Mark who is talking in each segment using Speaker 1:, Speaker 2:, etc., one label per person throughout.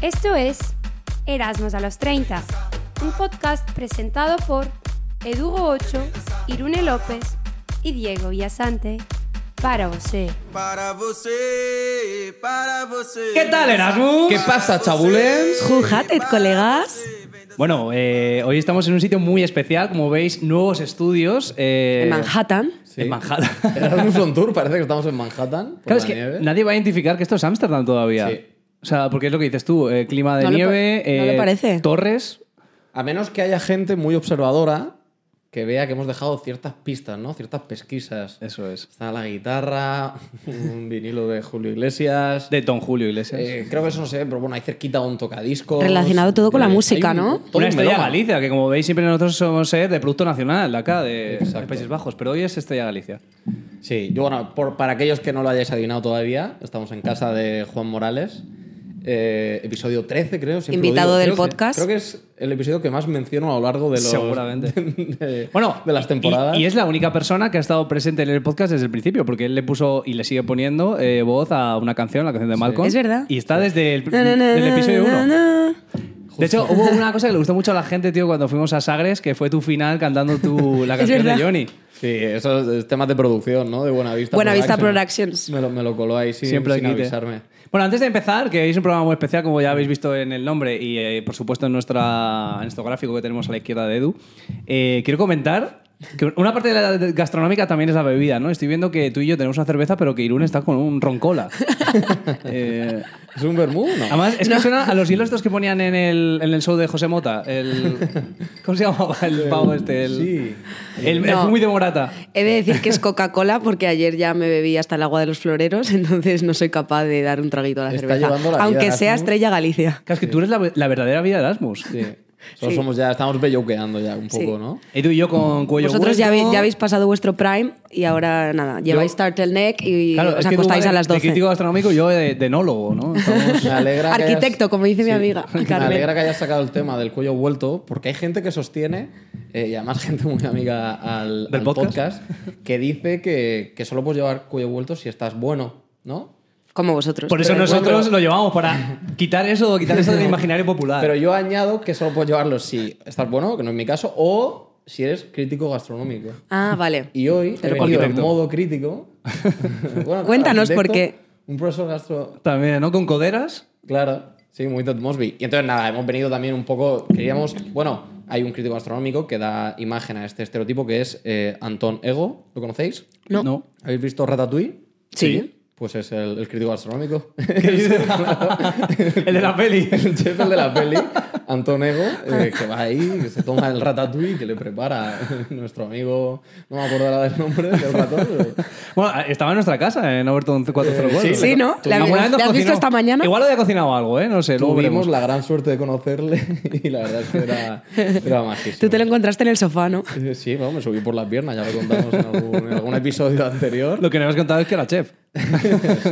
Speaker 1: Esto es Erasmus a los 30, un podcast presentado por Edugo Ocho, Irune López y Diego Villasante para você.
Speaker 2: Para você, para você.
Speaker 3: ¿Qué tal, Erasmus?
Speaker 4: ¿Qué pasa, chabulens?
Speaker 5: Jujated, colegas.
Speaker 3: Bueno, eh, hoy estamos en un sitio muy especial, como veis, nuevos estudios. eh,
Speaker 5: En Manhattan.
Speaker 3: En Manhattan.
Speaker 4: Erasmus on Tour, parece que estamos en Manhattan. Por
Speaker 3: claro,
Speaker 4: la
Speaker 3: es que
Speaker 4: nieve.
Speaker 3: nadie va a identificar que esto es Ámsterdam todavía.
Speaker 4: Sí.
Speaker 3: O sea, porque es lo que dices tú, eh, clima de
Speaker 5: No le pa-
Speaker 3: nieve,
Speaker 5: no le
Speaker 3: eh,
Speaker 5: parece.
Speaker 3: torres.
Speaker 4: A menos que haya gente muy observadora que vea que hemos dejado ciertas pistas, ¿no? Ciertas pesquisas.
Speaker 3: Eso es.
Speaker 4: Está la guitarra, un vinilo de Julio Iglesias.
Speaker 3: De Don Julio Iglesias.
Speaker 4: eh, creo que eso no sé, pero bueno, hay cerquita un tocadiscos.
Speaker 5: Relacionado todo con la
Speaker 4: Eh,
Speaker 5: música,
Speaker 4: hay un-
Speaker 5: ¿no?
Speaker 4: todo
Speaker 3: Una
Speaker 4: un
Speaker 3: estrella
Speaker 4: meloma.
Speaker 3: Galicia, que como veis siempre nosotros somos eh, de Producto Nacional, de acá, de, de
Speaker 4: Exacto.
Speaker 3: Países Bajos, pero hoy es Estrella Galicia.
Speaker 4: Sí, yo bueno, por- para aquellos que no lo hayáis adivinado todavía, estamos en casa de Juan Morales. eh, episodio 13, creo. siempre lo digo.
Speaker 5: Invitado del
Speaker 4: Creo que-
Speaker 5: podcast.
Speaker 4: creo que es el episodio que más menciono a lo largo de los.
Speaker 3: Seguramente.
Speaker 4: de-
Speaker 3: Bueno,
Speaker 4: de las
Speaker 3: y-
Speaker 4: temporadas.
Speaker 3: Y, y es la única persona que ha estado presente en el podcast desde el principio, porque él le puso y le sigue poniendo eh, voz a una canción, la canción de Malcolm.
Speaker 5: Es verdad.
Speaker 3: Y está desde el,
Speaker 5: Na, na, na,
Speaker 3: del episodio
Speaker 5: na,
Speaker 3: 1.
Speaker 5: na.
Speaker 3: De hecho, hubo una cosa que le gustó mucho a la gente, tío, cuando fuimos a Sagres, que fue tu final cantando tu, la
Speaker 5: Es
Speaker 3: canción de
Speaker 5: verdad.
Speaker 3: Johnny.
Speaker 4: Sí, eso es tema de producción, ¿no? De Buena Vista
Speaker 5: Buena Vista Productions.
Speaker 4: Me lo, me lo coló ahí sin,
Speaker 3: Siempre
Speaker 4: sin
Speaker 3: aquí te-
Speaker 4: avisarme.
Speaker 3: Bueno, antes de empezar, que es un programa muy especial, como ya habéis visto en el nombre y eh, por supuesto en, nuestra, en nuestro gráfico que tenemos a la izquierda de Edu, eh, quiero comentar que una parte de la gastronómica también es la bebida, ¿no? Estoy viendo que tú y yo tenemos una cerveza, pero que Irune está con un roncola. Eh,
Speaker 4: ¿Es un vermú o no?
Speaker 3: además, es que suena a los hilos estos que ponían en el, en el show de José Mota. El, ¿Cómo se llamaba el pavo este? El,
Speaker 4: Sí.
Speaker 3: el, el
Speaker 5: No.
Speaker 3: Fumi de Morata.
Speaker 5: He de decir que es Coca-Cola porque ayer ya me bebí hasta el agua de los floreros, entonces no soy capaz de dar un traguito a la
Speaker 4: Está
Speaker 5: cerveza.
Speaker 4: llevando la vida,
Speaker 5: aunque sea
Speaker 4: Erasmus.
Speaker 5: Estrella Galicia.
Speaker 3: Claro, es que tú eres la, la verdadera vida de Erasmus.
Speaker 4: Sí. Solo
Speaker 5: Sí.
Speaker 4: somos ya, estamos bellouqueando ya un
Speaker 5: Sí.
Speaker 4: poco, ¿no?
Speaker 3: Edu y yo con cuello
Speaker 5: Vosotros ya
Speaker 3: vuelto.
Speaker 5: habéis, ya habéis pasado vuestro prime y ahora nada, lleváis Turtleneck y
Speaker 3: Claro,
Speaker 5: os
Speaker 3: es que tú
Speaker 5: acostáis
Speaker 3: vas
Speaker 5: a las
Speaker 3: De
Speaker 5: 12.
Speaker 3: crítico gastronómico y yo de, de enólogo, ¿no? Estamos-
Speaker 4: Me alegra que hayas-
Speaker 5: Arquitecto, como dice mi amiga, Carmen.
Speaker 4: Me alegra que hayas sacado el tema del cuello vuelto, porque hay gente que sostiene, eh, y además gente muy amiga al,
Speaker 3: ¿Del
Speaker 4: al
Speaker 3: podcast?
Speaker 4: que dice que, que solo puedes llevar cuello vuelto si estás bueno, ¿no?
Speaker 5: Como vosotros.
Speaker 3: Por eso
Speaker 4: Pero
Speaker 3: nosotros
Speaker 4: encuentro-
Speaker 3: lo llevamos para quitar eso, quitar eso del imaginario popular.
Speaker 4: Pero yo añado que solo puedes llevarlo si estás bueno, que no es mi caso, o si eres crítico gastronómico.
Speaker 5: Ah, vale.
Speaker 4: Y hoy he
Speaker 3: Pero
Speaker 4: venido en
Speaker 3: arquitecto.
Speaker 4: modo crítico. Bueno, claro,
Speaker 5: Cuéntanos
Speaker 4: arquitecto,
Speaker 5: por qué.
Speaker 4: Un profesor gastro...
Speaker 3: También, ¿no? Con coderas.
Speaker 4: Claro, sí, muy Todd Mosby. Y entonces, nada, hemos venido también un poco. Queríamos. Bueno, hay un crítico gastronómico que da imagen a este estereotipo que es eh, Anton Ego. ¿Lo conocéis?
Speaker 5: No.
Speaker 4: ¿Habéis visto Ratatouille?
Speaker 5: Sí.
Speaker 4: Pues es el, el crítico gastronómico.
Speaker 3: El de la peli.
Speaker 4: el chef el de la peli, Anton Ego, eh, que va ahí, que se toma el ratatouille que le prepara nuestro amigo. No me acuerdo ahora del nombre del ratón, pero.
Speaker 3: Bueno, estaba en nuestra casa, en Overton 404.
Speaker 4: Eh, sí,
Speaker 5: Sí, ¿no? ¿La,
Speaker 3: Alguna vez nos
Speaker 5: ¿la has visto
Speaker 3: cocinó.
Speaker 5: esta mañana?
Speaker 3: Igual lo había cocinado algo, ¿eh? No sé, luego veremos.
Speaker 4: Tuvimos la gran suerte de conocerle y la verdad es que era, era majísimo.
Speaker 5: Tú te lo encontraste en el sofá, ¿no?
Speaker 4: Eh, Sí, vamos, me subí por las piernas, ya lo contamos en algún, en algún episodio anterior.
Speaker 3: Lo que no hemos contado es que era chef.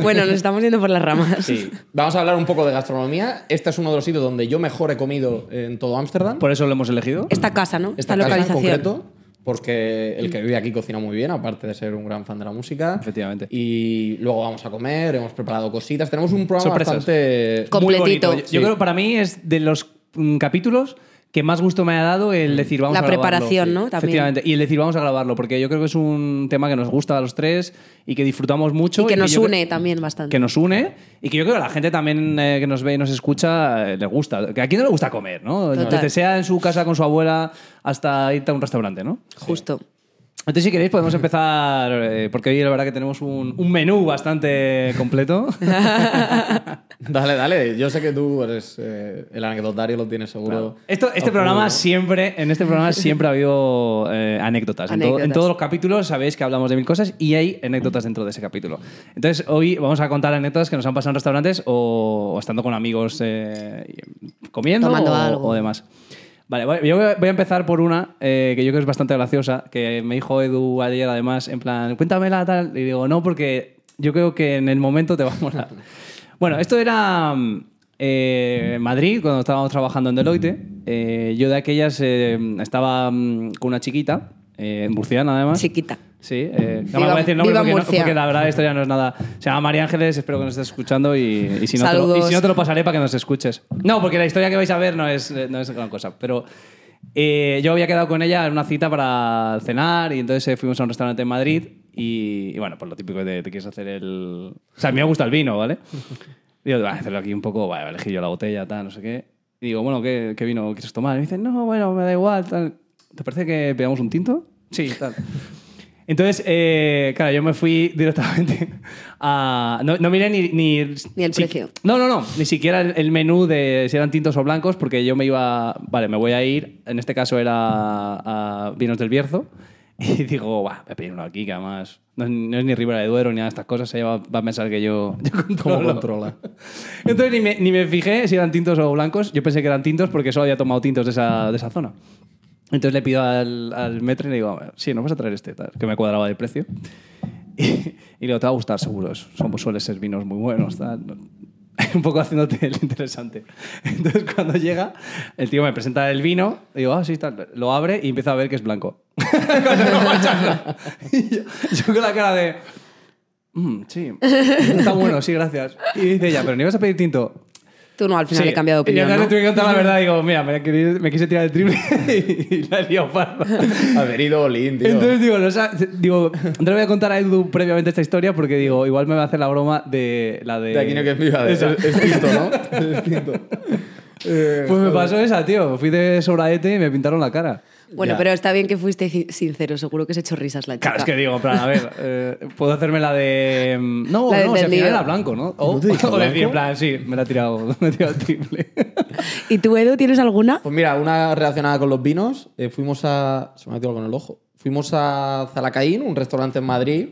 Speaker 5: Bueno, nos estamos yendo por las ramas.
Speaker 4: Sí. Vamos a hablar un poco de gastronomía. Este es uno de los sitios donde yo mejor he comido en todo Ámsterdam.
Speaker 3: Por eso lo hemos elegido.
Speaker 5: Esta casa, ¿no? Esta,
Speaker 4: casa
Speaker 5: localización.
Speaker 4: en concreto, porque el que vive aquí cocina muy bien, aparte de ser un gran fan de la música.
Speaker 3: Efectivamente.
Speaker 4: Y luego vamos a comer, hemos preparado cositas. Tenemos un programa
Speaker 3: Sorpresas.
Speaker 4: bastante...
Speaker 5: Co- completito.
Speaker 3: Muy bonito. Yo, yo
Speaker 4: Sí.
Speaker 3: creo que para mí es de los mm, capítulos que más gusto me ha dado el decir vamos
Speaker 5: La
Speaker 3: a grabarlo.
Speaker 5: preparación, ¿no? También.
Speaker 3: Efectivamente. Y el decir vamos a grabarlo, porque yo creo que es un tema que nos gusta a los tres y que disfrutamos mucho.
Speaker 5: Y que nos
Speaker 3: yo
Speaker 5: une
Speaker 3: creo-
Speaker 5: también bastante.
Speaker 3: que nos une y que yo creo que a la gente también eh, que nos ve y nos escucha eh, le gusta. Que a quién no le gusta comer, ¿no?
Speaker 5: Total.
Speaker 3: Desde sea en su casa con su abuela hasta irte a un restaurante, ¿no?
Speaker 5: Justo.
Speaker 3: Entonces, si queréis, podemos empezar, eh, porque hoy la verdad que tenemos un, un menú bastante completo.
Speaker 4: Dale, dale. Yo sé que tú eres eh, el anecdotario, lo tienes seguro.
Speaker 3: Esto, este
Speaker 4: A
Speaker 3: programa
Speaker 4: full, ¿no?
Speaker 3: siempre, en este programa siempre ha habido eh, anécdotas. En, todo- en
Speaker 5: Anécdotas.
Speaker 3: todos los capítulos sabéis que hablamos de mil cosas y hay anécdotas dentro de ese capítulo. Entonces hoy vamos a contar anécdotas que nos han pasado en restaurantes o, o estando con amigos eh, comiendo
Speaker 5: Tomando
Speaker 3: o,
Speaker 5: algo.
Speaker 3: o demás. Vale, voy- yo voy a- voy a empezar por una eh, que yo creo que es bastante graciosa, que me dijo Edu ayer además, en plan, cuéntamela tal, y digo, no, porque yo creo que en el momento te va a molar. bueno, esto era mm, eh, en Madrid, cuando estábamos trabajando en Deloitte. Eh, yo de aquellas eh, estaba mm, con una chiquita, eh, murciana además.
Speaker 5: Chiquita.
Speaker 3: Sí, eh, no me
Speaker 5: Viva-
Speaker 3: voy a decir nombre
Speaker 5: viva
Speaker 3: porque, no-
Speaker 5: Murcia.
Speaker 3: porque la verdad la historia no es nada. Se llama María Ángeles, espero que nos estés escuchando y, y si no te lo, y
Speaker 5: Saludos.
Speaker 3: si no te lo pasaré para que nos escuches. No, porque la historia que vais a ver no es, eh, no es gran cosa, pero eh, yo había quedado con ella en una cita para cenar y entonces eh, fuimos a un restaurante en Madrid y, y bueno, pues lo típico de te quieres hacer el... O sea, a mí me gusta el vino, ¿vale? Digo, voy a hacerlo aquí un poco, vale, voy a elegir yo la botella, tal, no sé qué. Y digo, bueno, ¿qué, qué vino quieres tomar? Y me dicen, no, bueno, me da igual, tal. ¿Te parece que pidamos un tinto? Sí, tal. Entonces, eh, claro, yo me fui directamente a... No, no miré ni... Ni,
Speaker 5: Ni el
Speaker 3: si-
Speaker 5: precio.
Speaker 3: No, no, no. Ni siquiera el, el menú de si eran tintos o blancos, porque yo me iba... Vale, me voy a ir. En este caso era a Vinos del Bierzo. Y digo, "Buah, voy a pedir uno aquí, que además... No, es- no es ni Ribera de Duero ni nada de estas cosas. Ella va, va a pensar que yo... yo
Speaker 4: ¿Cómo
Speaker 3: controlo.
Speaker 4: controla?
Speaker 3: Entonces ni me, ni me fijé si eran tintos o blancos. Yo pensé que eran tintos porque solo había tomado tintos de esa, de esa zona. Entonces le pido al, al metro y le digo, sí, nos vas a traer este, tal, que me cuadraba el precio. Y, le digo, te va a gustar, seguro. Son, pues, suelen ser vinos muy buenos, tal. Un poco haciéndote el interesante. Entonces cuando llega, el tío me presenta el vino, y digo, ah, sí, tal. Lo abre y empieza a ver que es blanco. Cuando lo machaca. Y yo, yo con la cara de... "Mm, sí, está bueno, sí, gracias. Y dice ella, pero ni vas a pedir tinto.
Speaker 5: Tú no, al final
Speaker 3: Sí.
Speaker 5: he cambiado
Speaker 3: Y
Speaker 5: de opinión.
Speaker 3: entonces
Speaker 5: ¿no?
Speaker 3: le tuve que contar la verdad. Digo, mira, me quise, me quise tirar el triple y, la he liado parda.
Speaker 4: Haber ido Olin, tío.
Speaker 3: Entonces digo, no, sa- digo, no le voy a contar a Edu previamente esta historia porque digo, igual me va a hacer la broma de la de.
Speaker 4: de aquí no que es viva. Es,
Speaker 3: Esa.
Speaker 4: es pinto, ¿no? Es pinto. Eh,
Speaker 3: Pues me
Speaker 4: joder.
Speaker 3: pasó esa, tío. Fui de sobraete y me pintaron la cara.
Speaker 5: Bueno,
Speaker 4: Ya.
Speaker 5: pero está bien que fuiste ci- sincero, seguro que se echó risas la chica.
Speaker 3: Claro, es que digo, en plan, a ver, eh, puedo hacerme la de. mm, No,
Speaker 5: La de
Speaker 3: no, si al
Speaker 5: entendido.
Speaker 3: final era blanco, ¿no? O,
Speaker 4: ¿No te dije
Speaker 3: o decir, en
Speaker 4: blanco?
Speaker 3: plan, sí, me la he tirado, me he tirado el triple.
Speaker 5: ¿Y tú, Edu, tienes alguna?
Speaker 4: Pues mira, una relacionada con los vinos. eh, fuimos a. Se me ha metido algo en el ojo. Fuimos a Zalacaín, un restaurante en Madrid.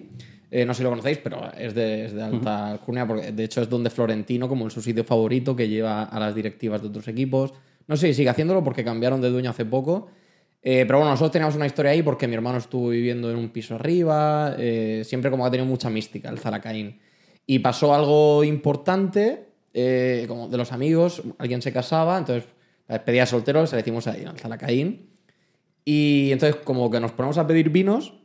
Speaker 4: Eh, no sé si lo conocéis, pero es de, es de alta alcurnia, porque de hecho es donde Florentino, como es su sitio favorito, que lleva a las directivas de otros equipos. No sé si sigue haciéndolo porque cambiaron de dueño hace poco. Eh, pero bueno, nosotros teníamos una historia ahí porque mi hermano estuvo viviendo en un piso arriba. eh, siempre como que ha tenido mucha mística el Zalacaín. Y pasó algo importante, eh, como de los amigos, alguien se casaba, entonces la despedida de soltero se la hicimos ahí, en el Zalacaín. Y entonces como que nos ponemos a pedir vinos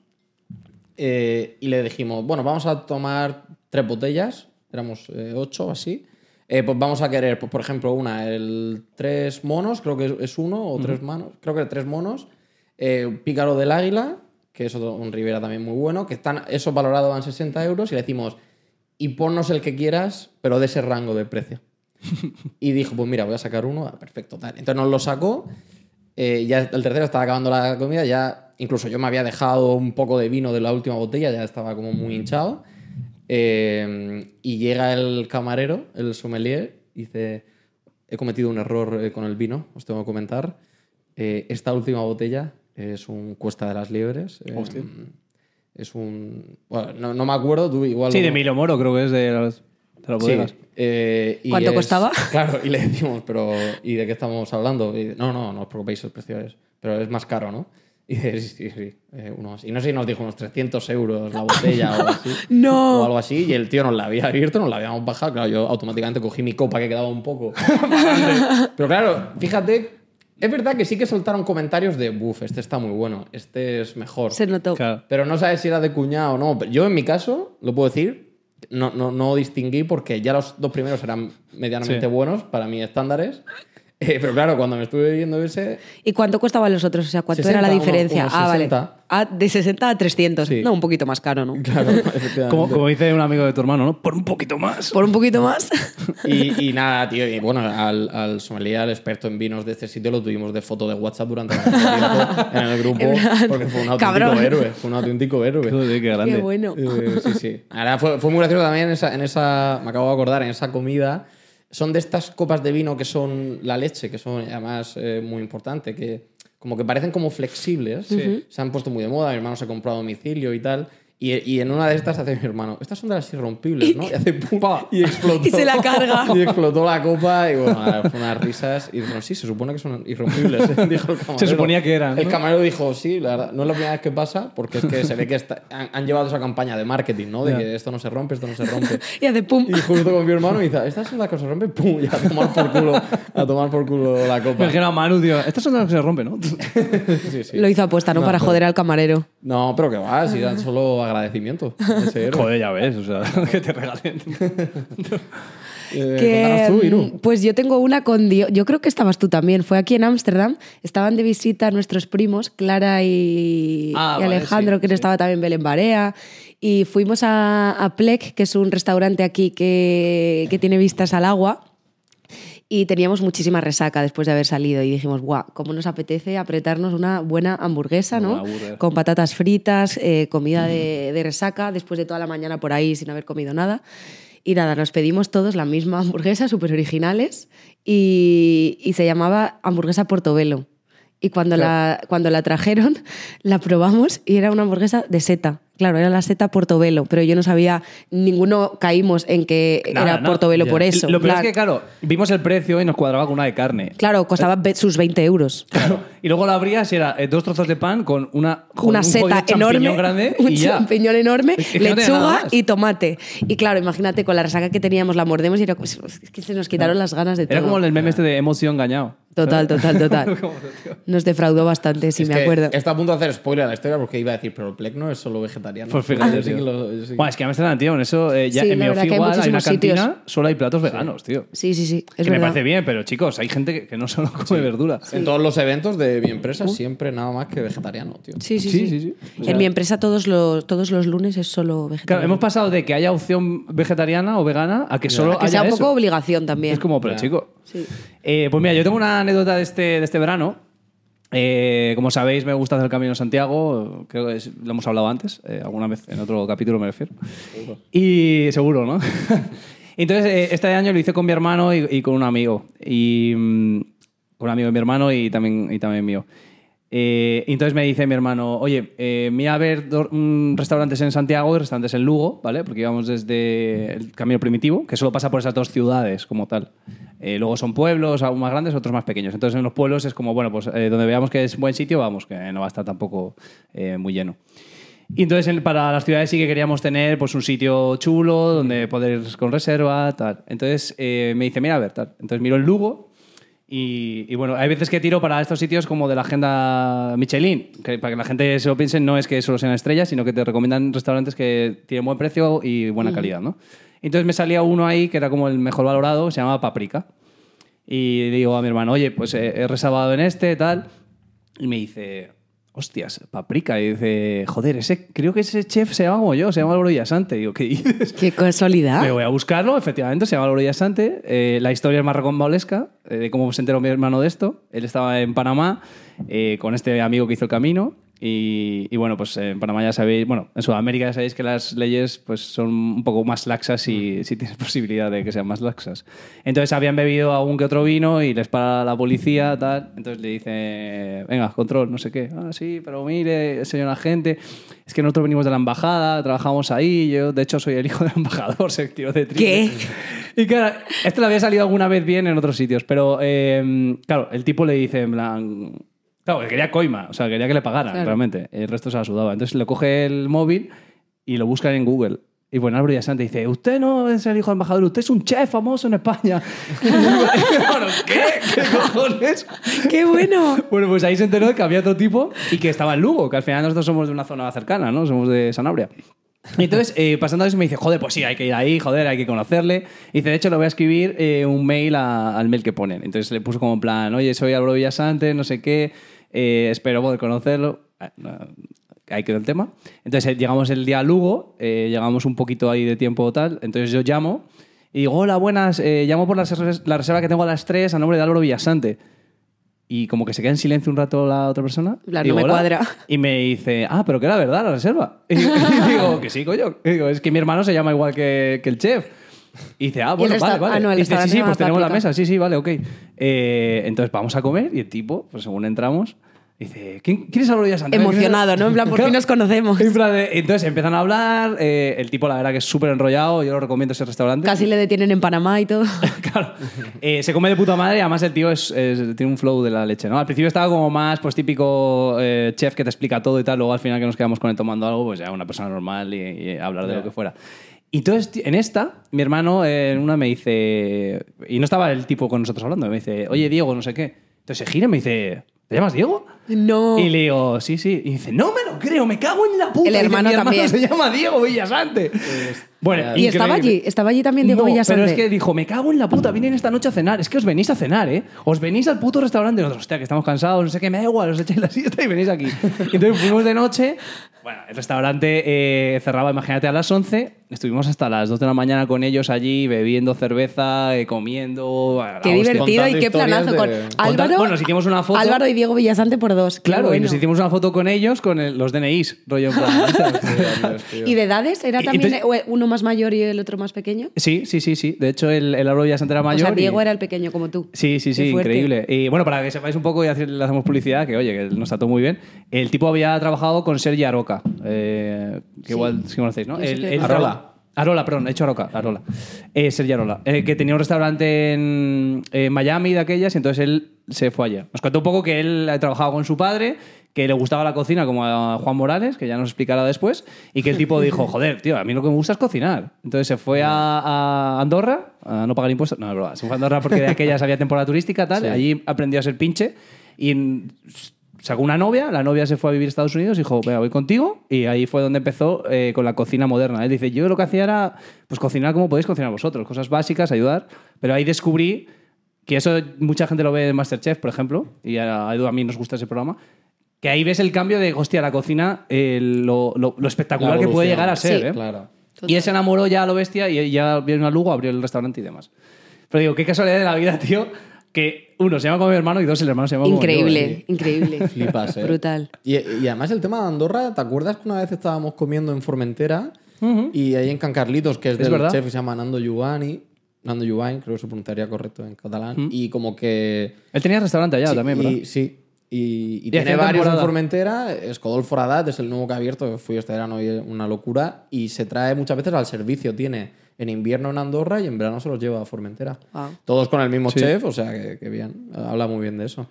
Speaker 4: eh, y le dijimos, bueno, vamos a tomar tres botellas, éramos eh, ocho o así. Eh, pues vamos a querer, pues, por ejemplo, una, el tres monos, creo que es, es uno, o tres manos, creo que tres monos, eh, un pícaro del águila, que es otro, un Rivera también muy bueno, que están, esos valorados van 60 euros y le decimos, y ponnos el que quieras, pero de ese rango de precio. y dijo, pues mira, voy a sacar uno, ah, perfecto, tal. Entonces nos lo sacó, eh, ya el tercero estaba acabando la comida, ya incluso yo me había dejado un poco de vino de la última botella, ya estaba como muy
Speaker 3: Mm.
Speaker 4: hinchado. Eh, y llega el camarero, el sommelier, y dice, he cometido un error eh, con el vino, os tengo que comentar. Eh, esta última botella es un Cuesta de las Liebres. eh, es un... Bueno, no, no me acuerdo, tú igual...
Speaker 3: sí,
Speaker 4: lo-
Speaker 3: de Milo Moro, creo que es de las, de las
Speaker 4: Sí,
Speaker 3: bodegas.
Speaker 4: eh, y
Speaker 5: ¿Cuánto costaba?
Speaker 4: Claro, y le decimos, pero ¿y de qué estamos hablando? Y, no, no, no os preocupéis, el precio es, pero es más caro, ¿no? Y dice, sí, sí, sí, eh, unos, y no sé si nos dijo unos 300 euros la botella o algo así.
Speaker 5: No.
Speaker 4: O algo así, y el tío nos la había abierto, nos la habíamos bajado. Claro, yo automáticamente cogí mi copa que quedaba un poco. pero claro, fíjate, es verdad que sí que soltaron comentarios de, buf, este está muy bueno, este es mejor.
Speaker 5: Se notó.
Speaker 3: Claro.
Speaker 4: Pero no sabes si era de cuñado o no. Pero Yo, en mi caso, lo puedo decir, no, no, no distinguí porque ya los dos primeros eran medianamente
Speaker 3: Sí.
Speaker 4: buenos para mis estándares. Eh, pero claro, cuando me estuve viendo ese,
Speaker 5: ¿Y cuánto costaban los otros? O sea, ¿cuánto era
Speaker 4: 60,
Speaker 5: la
Speaker 4: unos-
Speaker 5: diferencia?
Speaker 4: unos
Speaker 5: ah, vale.
Speaker 4: 60.
Speaker 5: Ah, de 60 a 300.
Speaker 4: Sí.
Speaker 5: No, un poquito más caro, ¿no?
Speaker 4: claro, efectivamente.
Speaker 3: Como, como dice un amigo de tu hermano, ¿no? Por un poquito más.
Speaker 5: Por un poquito más.
Speaker 4: Y, y nada, tío, y bueno, al, al sommelier, al experto en vinos de este sitio, lo tuvimos de foto de WhatsApp durante bastante tiempo en el grupo, porque fue un auténtico
Speaker 5: Cabrón.
Speaker 4: héroe, fue un auténtico héroe.
Speaker 3: Joder, qué grande.
Speaker 5: Qué bueno.
Speaker 4: Eh, sí, sí. Ahora fue, fue muy gracioso también en esa, en esa- me acabo de acordar, en esa comida. Son de estas copas de vino que son la leche, que son además eh, muy importante, que como que parecen como flexibles. Se han puesto muy de moda, mi hermano se compró a domicilio y tal. Y, y en una de estas hace mi hermano, estas son de las irrompibles, ¿no? Y hace pum, y explotó.
Speaker 5: Y se la carga.
Speaker 4: Y explotó la copa y bueno, fue unas risas. Y dijeron, sí, se supone que son irrompibles, dijo el camarero.
Speaker 3: Se suponía que eran,
Speaker 4: El
Speaker 3: ¿no?
Speaker 4: camarero dijo, sí, la verdad, no es la primera vez que pasa, porque es que se ve que está- han, han llevado esa campaña de marketing, ¿no? De
Speaker 3: Ya.
Speaker 4: que esto no se rompe, esto no se rompe.
Speaker 5: Y hace pum.
Speaker 4: Y justo con mi hermano me dice, estas son las que se rompen, pum, y a tomar por culo, a tomar por culo la copa.
Speaker 3: Me dijeron a Manu, tío, estas son las que se rompen, ¿no?
Speaker 4: Sí, sí.
Speaker 5: Lo hizo apuesta, ¿no? Para joder al camarero.
Speaker 4: No, pero que va, si dan solo agradecimientos. Ese héroe.
Speaker 3: Joder, ya ves, o sea, que te regalen.
Speaker 4: Eh,
Speaker 5: Que,
Speaker 4: contanos tú, Iru.
Speaker 5: mm, Pues yo tengo una con Dios. Yo creo que estabas tú también. Fue aquí en Ámsterdam. Estaban de visita nuestros primos, Clara y,
Speaker 3: Ah,
Speaker 5: y
Speaker 3: vale,
Speaker 5: Alejandro,
Speaker 3: sí,
Speaker 5: que
Speaker 3: sí.
Speaker 5: estaba también Belén Barea. Y fuimos a, a Plec, que es un restaurante aquí que, que tiene vistas al agua. Y teníamos muchísima resaca después de haber salido y dijimos, guau, cómo nos apetece apretarnos una buena hamburguesa,
Speaker 3: Una
Speaker 5: ¿no?
Speaker 3: buena burger.
Speaker 5: Con patatas fritas, eh, comida de, de resaca, después de toda la mañana por ahí sin haber comido nada. Y nada, nos pedimos todos la misma hamburguesa, súper originales, y, y se llamaba hamburguesa portobelo. Y cuando, la, cuando la trajeron, la probamos y era una hamburguesa de seta. Claro, era la seta portobelo, pero yo no sabía, ninguno caímos en que
Speaker 3: Nada,
Speaker 5: era
Speaker 3: ¿no?
Speaker 5: portobelo
Speaker 3: Ya.
Speaker 5: por eso.
Speaker 3: Lo peor es
Speaker 5: Plan-
Speaker 3: que, claro, vimos el precio y nos cuadraba con una de carne.
Speaker 5: Claro, costaba ve- sus 20 euros.
Speaker 3: Y luego la abrías y era eh, dos trozos de pan con una, con
Speaker 5: una
Speaker 3: un
Speaker 5: seta
Speaker 3: jodido champiñón
Speaker 5: enorme,
Speaker 3: grande
Speaker 5: un
Speaker 3: y ya.
Speaker 5: champiñón enorme,
Speaker 3: Es que no tenía nada
Speaker 5: lechuga
Speaker 3: más.
Speaker 5: y tomate. Y claro, imagínate, con la resaca que teníamos, la mordemos y era, es que se nos quitaron las ganas de
Speaker 3: Era
Speaker 5: todo.
Speaker 3: como el meme este de hemos sido engañado.
Speaker 5: Total, total, total. Nos defraudó bastante, si
Speaker 4: Es
Speaker 5: me
Speaker 4: que
Speaker 5: acuerdo.
Speaker 4: Está a punto de hacer spoiler a la historia porque iba a decir, pero el plec no es solo vegetariano.
Speaker 3: Pues fíjate,
Speaker 4: Yo sí que
Speaker 3: tío.
Speaker 4: lo- yo sí que-
Speaker 3: Buah, es que Amsterdam, tío, en eso, eh, ya
Speaker 5: Sí,
Speaker 3: en mi
Speaker 5: la verdad
Speaker 3: ofi
Speaker 5: que hay
Speaker 3: igual hay, una
Speaker 5: muchísimos sitios.
Speaker 3: cantina, solo hay platos veganos, tío.
Speaker 5: Sí, sí, sí, es
Speaker 3: que me
Speaker 5: verdad.
Speaker 3: parece bien, pero chicos, hay gente que, que no solo come verdura.
Speaker 4: En todos los eventos de mi empresa siempre nada más que vegetariano, tío.
Speaker 5: Uh. Sí, sí,
Speaker 3: Sí,
Speaker 5: sí.
Speaker 3: sí, sí. O sea-
Speaker 5: en mi empresa todos los, todos los lunes es solo
Speaker 3: Claro,
Speaker 5: vegetariano.
Speaker 3: hemos pasado de que haya opción vegetariana o vegana a que solo
Speaker 5: que
Speaker 3: haya
Speaker 5: sea un
Speaker 3: eso.
Speaker 5: poco obligación también.
Speaker 3: Es como, pero
Speaker 4: Ya.
Speaker 3: chico.
Speaker 5: Sí.
Speaker 3: Eh, pues mira, yo tengo una anécdota de este, de este verano. Eh, como sabéis, me gusta hacer el Camino de Santiago. Creo que es- lo hemos hablado antes, eh, alguna vez, en otro capítulo me refiero. Y seguro, ¿no? Entonces, eh, este año lo hice con mi hermano y, y con un amigo. Y, mm, con un amigo de mi hermano y también, y también mío. Eh, y entonces me dice mi hermano, oye, eh, mira a ver do- mm, restaurantes en Santiago y restaurantes en Lugo, ¿vale? Porque íbamos desde el Camino Primitivo, que solo pasa por esas dos ciudades como tal. Eh, luego son pueblos, algunos más grandes, otros más pequeños. Entonces en los pueblos es como, bueno, pues eh, donde veamos que es buen sitio, vamos, que no va a estar tampoco eh, muy lleno. Y entonces en- para las ciudades sí que queríamos tener pues un sitio chulo donde poder ir con reserva, tal. Entonces eh, me dice, mira, a ver, tal. Entonces miro el Lugo y, y, bueno, hay veces que tiro para estos sitios como de la agenda Michelin, que para que la gente se lo piense, no es que solo sean estrellas, sino que te recomiendan restaurantes que tienen buen precio y buena calidad, ¿no? Entonces me salía uno ahí que era como el mejor valorado, se llamaba Paprika. Y le digo a mi hermano, oye, pues eh, he reservado en este, tal. Y me dice, hostias, paprika. Y dice, joder, ese, creo que ese chef se llama como yo, se llama Álvaro Villasante. Digo, ¿qué dices?
Speaker 5: Qué casualidad.
Speaker 3: Me voy a buscarlo, efectivamente, se llama Álvaro Villasante. Eh, la historia es más rocambolesca, eh, de cómo se enteró mi hermano de esto. Él estaba en Panamá eh, con este amigo que hizo el camino. Y, y bueno, pues en Panamá ya sabéis, bueno, en Sudamérica ya sabéis que las leyes pues son un poco más laxas y si tienes posibilidad de que sean más laxas. Entonces habían bebido algún que otro vino y les para la policía, tal. Entonces le dice, venga, control, no sé qué. Ah, sí, pero mire, señor agente, es que nosotros venimos de la embajada, trabajamos ahí, yo de hecho soy el hijo del embajador, se tiró de triple. Y claro, esto le había salido alguna vez bien en otros sitios, pero eh, claro, el tipo le dice en plan... Claro, que quería coima, o sea, quería que le pagaran,
Speaker 5: Claro.
Speaker 3: realmente. El resto se la sudaba. Entonces le coge el móvil y lo buscan en Google. Y bueno, Álvaro Villasante dice, usted no es el hijo del embajador, usted es un chef famoso en España. bueno, ¿qué? ¿Qué cojones?
Speaker 5: ¡Qué bueno!
Speaker 3: Bueno, pues ahí se enteró de que había otro tipo y que estaba en Lugo, que al final nosotros somos de una zona cercana, ¿no? Somos de Sanabria. Y Entonces, eh, pasando a eso, me dice, joder, pues sí, hay que ir ahí, joder, hay que conocerle. Y dice, de hecho, le voy a escribir eh, un mail a- al mail que ponen. Entonces le puso como en plan, oye, soy Álvaro Villasante, no sé qué, eh, espero poder conocerlo. Ah, no, Ahí quedó el tema. Entonces eh, llegamos el día a Lugo, eh, llegamos un poquito ahí de tiempo tal. Entonces yo llamo y digo, hola, buenas, eh, llamo por la, reser- la reserva que tengo a las 3 a nombre de Álvaro Villasante. Y como que se queda en silencio un rato la otra persona.
Speaker 5: En plan,
Speaker 3: Digo,
Speaker 5: no me
Speaker 3: "Hola".
Speaker 5: cuadra.
Speaker 3: Y me dice, ah, pero que era verdad la reserva. Y, y digo, que sí, coño. Y digo, es que mi hermano se llama igual que, que el chef. Y dice, ah,
Speaker 5: Y el
Speaker 3: bueno, vale,
Speaker 5: resta-
Speaker 3: vale.
Speaker 5: ah, no, el
Speaker 3: Y dice, sí,
Speaker 5: restaurante
Speaker 3: sí,
Speaker 5: se llama
Speaker 3: pues tenemos la
Speaker 5: Paprika.
Speaker 3: mesa, sí, sí, vale, ok. Eh, entonces vamos a comer y el tipo, pues según entramos, Dice, ¿quién, ¿quién es Álvaro Villasante?
Speaker 5: Emocionado, ¿no? En plan, por fin nos conocemos.
Speaker 3: En plan de- entonces empiezan a hablar, eh, el tipo la verdad que es súper enrollado, yo lo recomiendo ese restaurante.
Speaker 5: Casi le detienen en Panamá y todo.
Speaker 3: Claro. Eh, se come de puta madre y además el tío es, es- tiene un flow de la leche, ¿no? Al principio estaba como más, pues típico eh, chef que te explica todo y tal, luego al final que nos quedamos con él tomando algo, pues ya una persona normal y, y hablar de lo que fuera. Y entonces, tío, en esta, mi hermano eh, en una me dice, y no estaba el tipo con nosotros hablando, me dice, oye Diego, no sé qué. Entonces se gira y me dice, ¿te llamas Diego?
Speaker 5: No.
Speaker 3: Y le digo, sí, sí. Y dice, no me lo creo, me cago en la puta.
Speaker 5: Oh. El
Speaker 3: Y dice,
Speaker 5: hermano
Speaker 3: "Mi
Speaker 5: también".
Speaker 3: se llama Diego Villasante. Bueno,
Speaker 5: Y estaba
Speaker 3: increíble.
Speaker 5: allí, estaba allí también Diego
Speaker 3: No,
Speaker 5: Villasante.
Speaker 3: Pero es que dijo, me cago en la puta, vienen esta noche a cenar. Es que os venís a cenar, ¿eh? Os venís al puto restaurante. Y nosotros, hostia, que estamos cansados, no sé qué, me da igual, os echáis la siesta y venís aquí. Y entonces fuimos de noche. Bueno, el restaurante eh, cerraba, imagínate, a las 11. Estuvimos hasta las 2 de la mañana con ellos allí, bebiendo cerveza, eh, comiendo. a la
Speaker 5: Qué
Speaker 3: hostia.
Speaker 5: divertido y
Speaker 4: Contando
Speaker 5: qué planazo. Con
Speaker 4: historias de-
Speaker 5: Álvaro,
Speaker 3: Contar- bueno, nos hicimos una foto.
Speaker 5: Álvaro y Diego Villasante por dos. Qué
Speaker 3: Claro, y
Speaker 5: bueno.
Speaker 3: nos hicimos una foto con ellos, con el- los DNIs, rollo. en plan,
Speaker 5: ¿Y de edades era
Speaker 3: Y
Speaker 5: también
Speaker 3: entonces-
Speaker 5: eh, uno más mayor y el otro más pequeño?
Speaker 3: Sí, sí, sí, sí. De hecho, el, el Álvaro Villasante era mayor.
Speaker 5: o sea, Diego
Speaker 3: y-
Speaker 5: era el pequeño como tú.
Speaker 3: Sí, sí,
Speaker 5: Qué
Speaker 3: sí,
Speaker 5: fuerte.
Speaker 3: increíble. Y bueno, para que sepáis un poco y hacer- le hacemos publicidad, que oye, que nos trató muy bien. El tipo había trabajado con Sergi Aroca, eh, que igual sí conocéis, ¿no?
Speaker 5: Yo sí
Speaker 3: El-
Speaker 5: que-
Speaker 3: el-
Speaker 4: Arola.
Speaker 3: Arola, perdón, he hecho Aroca, Arola. Eh, Sergi Arola, eh, que tenía un restaurante en, en Miami de aquellas, y entonces él se fue allá. Nos contó un poco que él trabajaba con su padre, que le gustaba la cocina como a Juan Morales, que ya nos explicará después, y que el tipo dijo, joder, tío, a mí lo que me gusta es cocinar. Entonces se fue a, a Andorra, a no pagar impuestos, no, es verdad, se fue a Andorra porque de aquellas había temporada turística, tal, allí aprendió a ser pinche, y en- sacó una novia, la novia se fue a vivir a Estados Unidos y dijo, venga, voy contigo. Y ahí fue donde empezó eh, con la cocina moderna. Él dice, yo lo que hacía era pues cocinar como podéis cocinar vosotros, cosas básicas, ayudar. Pero ahí descubrí que eso mucha gente lo ve en Masterchef, por ejemplo, y a Edu a mí nos gusta ese programa, que ahí ves el cambio de, hostia, la cocina, eh, lo, lo- lo espectacular
Speaker 4: La
Speaker 3: que puede
Speaker 4: evolución.
Speaker 3: llegar a ser.
Speaker 5: Sí,
Speaker 3: ¿eh?
Speaker 4: Claro.
Speaker 3: Y él se enamoró ya a lo bestia y ya vino a Lugo, abrió el restaurante y demás. Pero digo, qué casualidad de la vida, tío, que uno se llama como mi hermano y dos, el hermano se llama como yo, ¿eh?
Speaker 5: Increíble, increíble.
Speaker 4: Flipas, ¿eh?
Speaker 5: Brutal.
Speaker 4: Y, y además el tema de Andorra, ¿te acuerdas que una vez estábamos comiendo en Formentera y ahí en Can Carlitos, que es,
Speaker 3: Es
Speaker 4: del
Speaker 3: verdad.
Speaker 4: chef que se llama Nando Giovanni, Nando Giovanni, creo que se pronunciaría correcto en catalán, y como que...
Speaker 3: Él tenía restaurante allá
Speaker 4: sí,
Speaker 3: también,
Speaker 4: y,
Speaker 3: ¿verdad?
Speaker 4: Sí. Y, y
Speaker 3: Y
Speaker 4: tiene
Speaker 3: hacía
Speaker 4: varios
Speaker 3: temporada.
Speaker 4: en Formentera, es Codolfo Radat, es el nuevo que ha abierto, que fui este verano y es una locura, y se trae muchas veces al servicio, tiene en invierno en Andorra y en verano se los lleva a Formentera.
Speaker 5: Guau.
Speaker 4: Todos con el mismo
Speaker 3: Sí.
Speaker 4: chef, o sea que, que bien, habla muy bien de eso.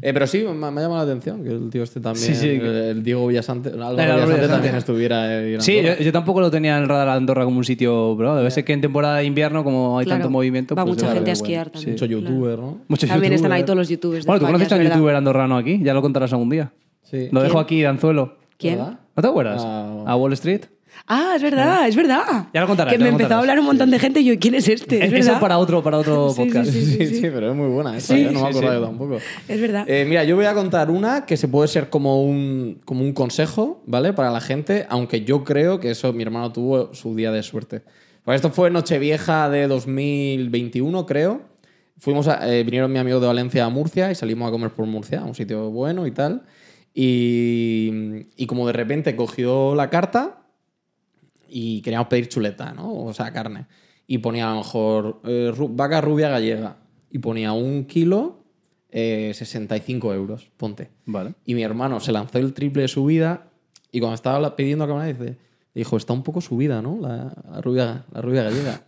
Speaker 4: Eh, pero sí, me, me ha llamado la atención que el tío este también,
Speaker 3: Sí, sí.
Speaker 4: el, el Diego Villasante, el Álvaro
Speaker 3: El Álvaro
Speaker 4: Villasante
Speaker 3: Villasante.
Speaker 4: también estuviera. eh, en
Speaker 3: Sí, yo,
Speaker 4: Andorra.
Speaker 3: yo tampoco lo tenía en el radar Andorra como un sitio, bro. Debe ser que en temporada de invierno, como hay
Speaker 5: Claro,
Speaker 3: tanto movimiento,
Speaker 5: va
Speaker 3: pues
Speaker 5: mucha
Speaker 3: debe
Speaker 5: gente a
Speaker 3: haber, bueno,
Speaker 5: esquiar también.
Speaker 4: Mucho youtuber, ¿no?
Speaker 3: Muchos
Speaker 5: También están
Speaker 3: youtubers.
Speaker 5: ahí todos los youtubers de
Speaker 3: Bueno, tú
Speaker 5: España,
Speaker 3: conociste a
Speaker 5: es
Speaker 3: un
Speaker 5: verdad.
Speaker 3: youtuber andorrano aquí, ya lo contarás algún día.
Speaker 4: Sí.
Speaker 3: Lo dejo aquí de anzuelo.
Speaker 5: ¿Quién?
Speaker 4: ¿Verdad?
Speaker 3: ¿No te acuerdas?
Speaker 4: Ah.
Speaker 3: A Wall Street.
Speaker 5: Ah, es verdad, es verdad.
Speaker 3: Ya lo contarás,
Speaker 5: Que
Speaker 3: ya
Speaker 5: me
Speaker 3: lo
Speaker 5: empezó a
Speaker 3: contarás.
Speaker 5: hablar un montón de gente y yo, ¿quién es este? Es
Speaker 3: Eso
Speaker 5: verdad.
Speaker 3: para otro, para otro
Speaker 5: Sí, sí,
Speaker 3: podcast.
Speaker 5: sí, sí.
Speaker 4: Sí, sí, pero es muy buena esa,
Speaker 3: Sí,
Speaker 4: ¿eh? no me
Speaker 3: sí,
Speaker 4: acordaba
Speaker 3: sí.
Speaker 4: yo tampoco.
Speaker 5: Es verdad.
Speaker 4: Eh, mira, yo voy a contar una que se puede ser como un, como un consejo, ¿vale? Para la gente, aunque yo creo que eso mi hermano tuvo su día de suerte. Pues esto fue Nochevieja de 2021, creo. Fuimos a- eh, vinieron mi amigo de Valencia a Murcia y salimos a comer por Murcia, a un sitio bueno y tal. Y, y como de repente cogió la carta, y queríamos pedir chuleta, ¿no? O sea, carne. Y ponía a lo mejor eh, ru- vaca rubia gallega. Y ponía un kilo, eh, 65 euros, ponte.
Speaker 3: Vale.
Speaker 4: Y mi hermano se lanzó el triple de subida y cuando estaba la- pidiendo a cámara dice, dijo, está un poco subida, ¿no? La, la rubia, la rubia gallega.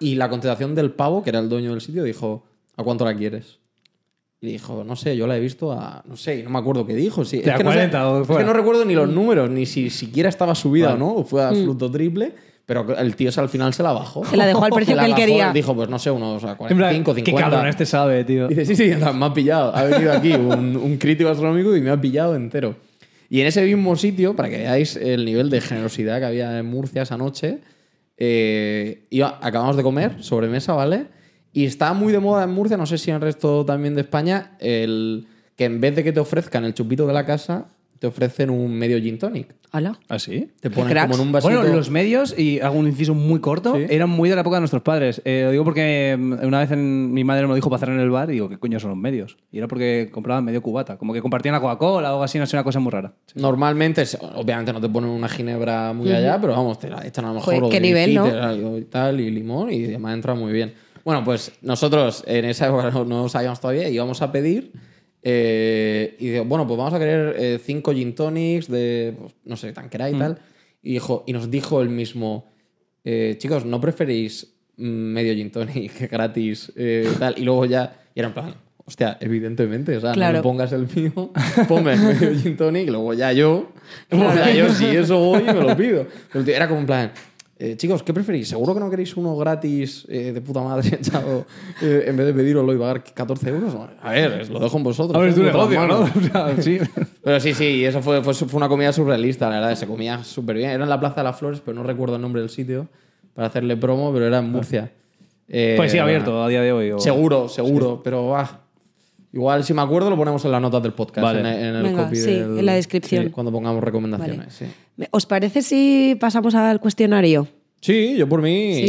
Speaker 4: Y la contestación del pavo, que era el dueño del sitio, dijo, ¿a cuánto la quieres? Y dijo, no sé, yo la he visto a, no sé, no me acuerdo qué dijo. Sí,
Speaker 3: Sí, a
Speaker 4: que no sé-
Speaker 3: 40 o
Speaker 4: es
Speaker 3: fuera.
Speaker 4: que no recuerdo ni los números, ni si siquiera estaba subida
Speaker 3: Vale.
Speaker 4: o no, o fue a fruto triple, pero el tío se- al final se la bajó.
Speaker 5: Mm. Se la dejó al precio
Speaker 4: Se la
Speaker 5: que él
Speaker 4: bajó,
Speaker 5: quería.
Speaker 4: Dijo, pues no sé, unos a
Speaker 3: En plan,
Speaker 4: 45, 50.
Speaker 3: Qué cabrón este sabe, tío.
Speaker 4: Dice, sí, sí, en plan, me ha pillado. Ha venido aquí un, un crítico astronómico y me ha pillado entero. Y en ese mismo sitio, para que veáis el nivel de generosidad que había en Murcia esa noche, eh, iba- acabamos de comer, sobremesa, ¿vale? Y está muy de moda en Murcia, no sé si en el resto también de España, el que en vez de que te ofrezcan el chupito de la casa, te ofrecen un medio gin tonic.
Speaker 5: Hola.
Speaker 3: ¿Ah, sí?
Speaker 4: Te ponen
Speaker 5: cracks.
Speaker 4: como en un vasito.
Speaker 3: Bueno, los medios, y hago un inciso muy corto,
Speaker 4: Sí.
Speaker 3: eran muy de la época de nuestros padres. Eh, lo digo porque mm, una vez en- mi madre me lo dijo pasar en el bar y digo, ¿qué coño son los medios? Y era porque compraban medio cubata, como que compartían la Coca-Cola o algo así, no sé, una cosa muy rara.
Speaker 4: Normalmente, es- obviamente no te ponen una ginebra muy allá, pero vamos, te la echan a lo mejor
Speaker 5: Joder,
Speaker 4: o
Speaker 5: qué nivel,
Speaker 4: dirigite,
Speaker 5: ¿no?
Speaker 4: algo y tal, y limón, y además entra muy bien. Bueno, pues nosotros en esa época no- no sabíamos todavía, íbamos a pedir, Eh, y digo, bueno, pues vamos a querer eh, cinco gin tonics de, pues, no sé, tanquera y
Speaker 5: Mm.
Speaker 4: tal. Y, dijo, y nos dijo el mismo, eh, chicos, ¿no preferís mm, medio gin tonic gratis eh, tal? Y luego ya, y era en plan, hostia, evidentemente, o sea, no
Speaker 5: Claro.
Speaker 4: me pongas el mío, ponme medio gin tonic, luego ya yo, luego
Speaker 5: Claro.
Speaker 4: ya yo si eso voy me lo pido. Pero tío, era como en plan... eh, chicos, ¿qué preferís? ¿Seguro que no queréis uno gratis eh, de puta madre echado eh, en vez de pediroslo y pagar 14 euros? A ver, os lo dejo en vosotros.
Speaker 3: A ver,
Speaker 4: ¿eh?
Speaker 3: es tu
Speaker 4: Con todas
Speaker 3: negocio, ¿no?
Speaker 4: manos.
Speaker 3: O sea, sí.
Speaker 4: Pero sí, sí, y eso fue, fue, fue una comida surrealista, la verdad, se comía súper bien. Era en la Plaza de las Flores, pero no recuerdo el nombre del sitio para hacerle promo, pero era en Murcia. Eh,
Speaker 3: Pues sí, abierto a día de hoy. o-
Speaker 4: Seguro, seguro, pero ah, igual si me acuerdo lo ponemos en las notas del podcast,
Speaker 3: Vale.
Speaker 4: en, en el
Speaker 5: Venga,
Speaker 4: copy
Speaker 5: sí,
Speaker 4: del-
Speaker 5: en la descripción.
Speaker 4: sí, cuando pongamos recomendaciones,
Speaker 5: Vale.
Speaker 4: sí.
Speaker 5: Me- ¿Os parece si pasamos al cuestionario?
Speaker 4: Sí, yo por mí,
Speaker 5: Sí.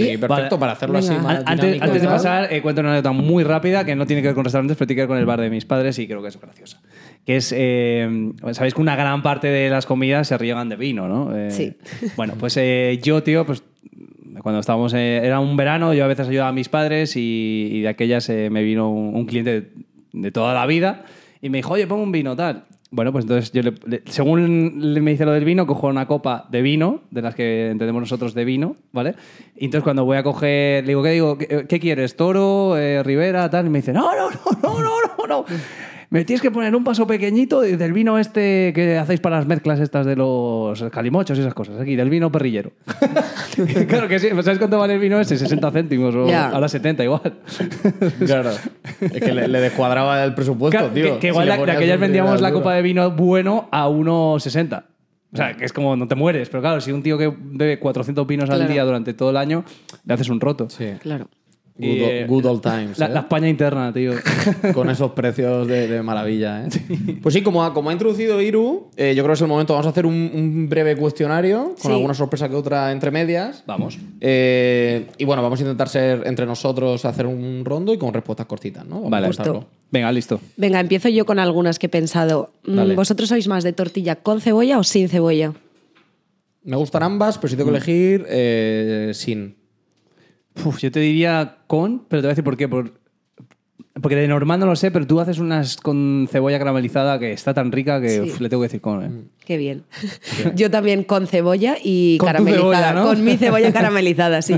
Speaker 3: Vale.
Speaker 4: perfecto para hacerlo así.
Speaker 5: Venga.
Speaker 4: más
Speaker 3: An- Antes,
Speaker 4: dinámico,
Speaker 3: antes de
Speaker 4: ¿sabes?
Speaker 3: pasar, eh, cuento una anécdota muy rápida que no tiene que ver con restaurantes, pero tiene que ver con el bar de mis padres y creo que es graciosa. Que es, eh, sabéis que una gran parte de las comidas se riegan de vino, ¿no? Eh,
Speaker 5: Sí.
Speaker 3: Bueno, pues eh, yo, tío, pues cuando estábamos, eh, era un verano, yo a veces ayudaba a mis padres y, y de aquellas eh, me vino un, un cliente de, de toda la vida y me dijo, oye, pongo un vino tal. Bueno, pues entonces yo, le- le- según le- me dice lo del vino, cojo una copa de vino, de las que entendemos nosotros de vino, ¿vale? Y entonces cuando voy a coger, le digo, ¿qué, digo? ¿Qué, qué quieres? ¿Toro? eh, ¿Ribera? Tal. Y me dice, no, no, no, no, no, no, no. Me tienes que poner un vaso pequeñito de- del vino este que hacéis para las mezclas estas de los calimochos y esas cosas. Aquí, del vino perrillero. claro que sí. pues ¿Sabes cuánto vale el vino ese? 60 céntimos o
Speaker 5: Ya.
Speaker 3: ahora 70 igual.
Speaker 4: Claro, es que le, le descuadraba el presupuesto,
Speaker 3: Claro,
Speaker 4: tío.
Speaker 3: que, que igual
Speaker 4: Si le
Speaker 3: de- de aquellas
Speaker 4: ponías un dinero
Speaker 3: vendíamos la
Speaker 4: duro.
Speaker 3: copa de vino bueno a 1,60. O sea, que es como no te mueres. Pero claro, si un tío que bebe 400 vinos al
Speaker 5: Claro.
Speaker 3: día durante todo el año, le haces un roto.
Speaker 4: Sí.
Speaker 5: Claro.
Speaker 3: Y,
Speaker 4: Good,
Speaker 3: eh,
Speaker 4: old- good old times.
Speaker 3: La,
Speaker 4: ¿eh?
Speaker 3: la España interna, tío.
Speaker 4: con esos precios de, de maravilla. ¿eh? Pues sí, como ha, como ha introducido Iru, eh, yo creo que es el momento. Vamos a hacer un, un breve cuestionario con
Speaker 5: Sí.
Speaker 4: alguna sorpresa que otra entre medias.
Speaker 3: Vamos.
Speaker 4: Eh, y bueno, vamos a intentar ser entre nosotros, hacer un rondo y con respuestas cortitas, ¿no? Vamos
Speaker 3: Vale,
Speaker 4: a intentarlo.
Speaker 5: Justo.
Speaker 3: Venga, listo.
Speaker 5: Venga, empiezo yo con algunas que he pensado. Mm,
Speaker 4: Dale.
Speaker 5: ¿Vosotros sois más de tortilla con cebolla o sin cebolla?
Speaker 4: Me gustan ambas, pero si tengo que elegir, eh, sin.
Speaker 3: Uf, yo te diría con, pero te voy a decir por qué. Por, porque de normal no lo sé, pero tú haces unas con cebolla caramelizada que está tan rica que
Speaker 5: Sí.
Speaker 3: uf, le tengo que decir con.
Speaker 4: Mm.
Speaker 3: ¿eh?
Speaker 5: Qué bien. Yo también con cebolla y
Speaker 3: Con tu
Speaker 5: caramelizada.
Speaker 3: cebolla, ¿no?
Speaker 5: Con mi cebolla caramelizada, sí.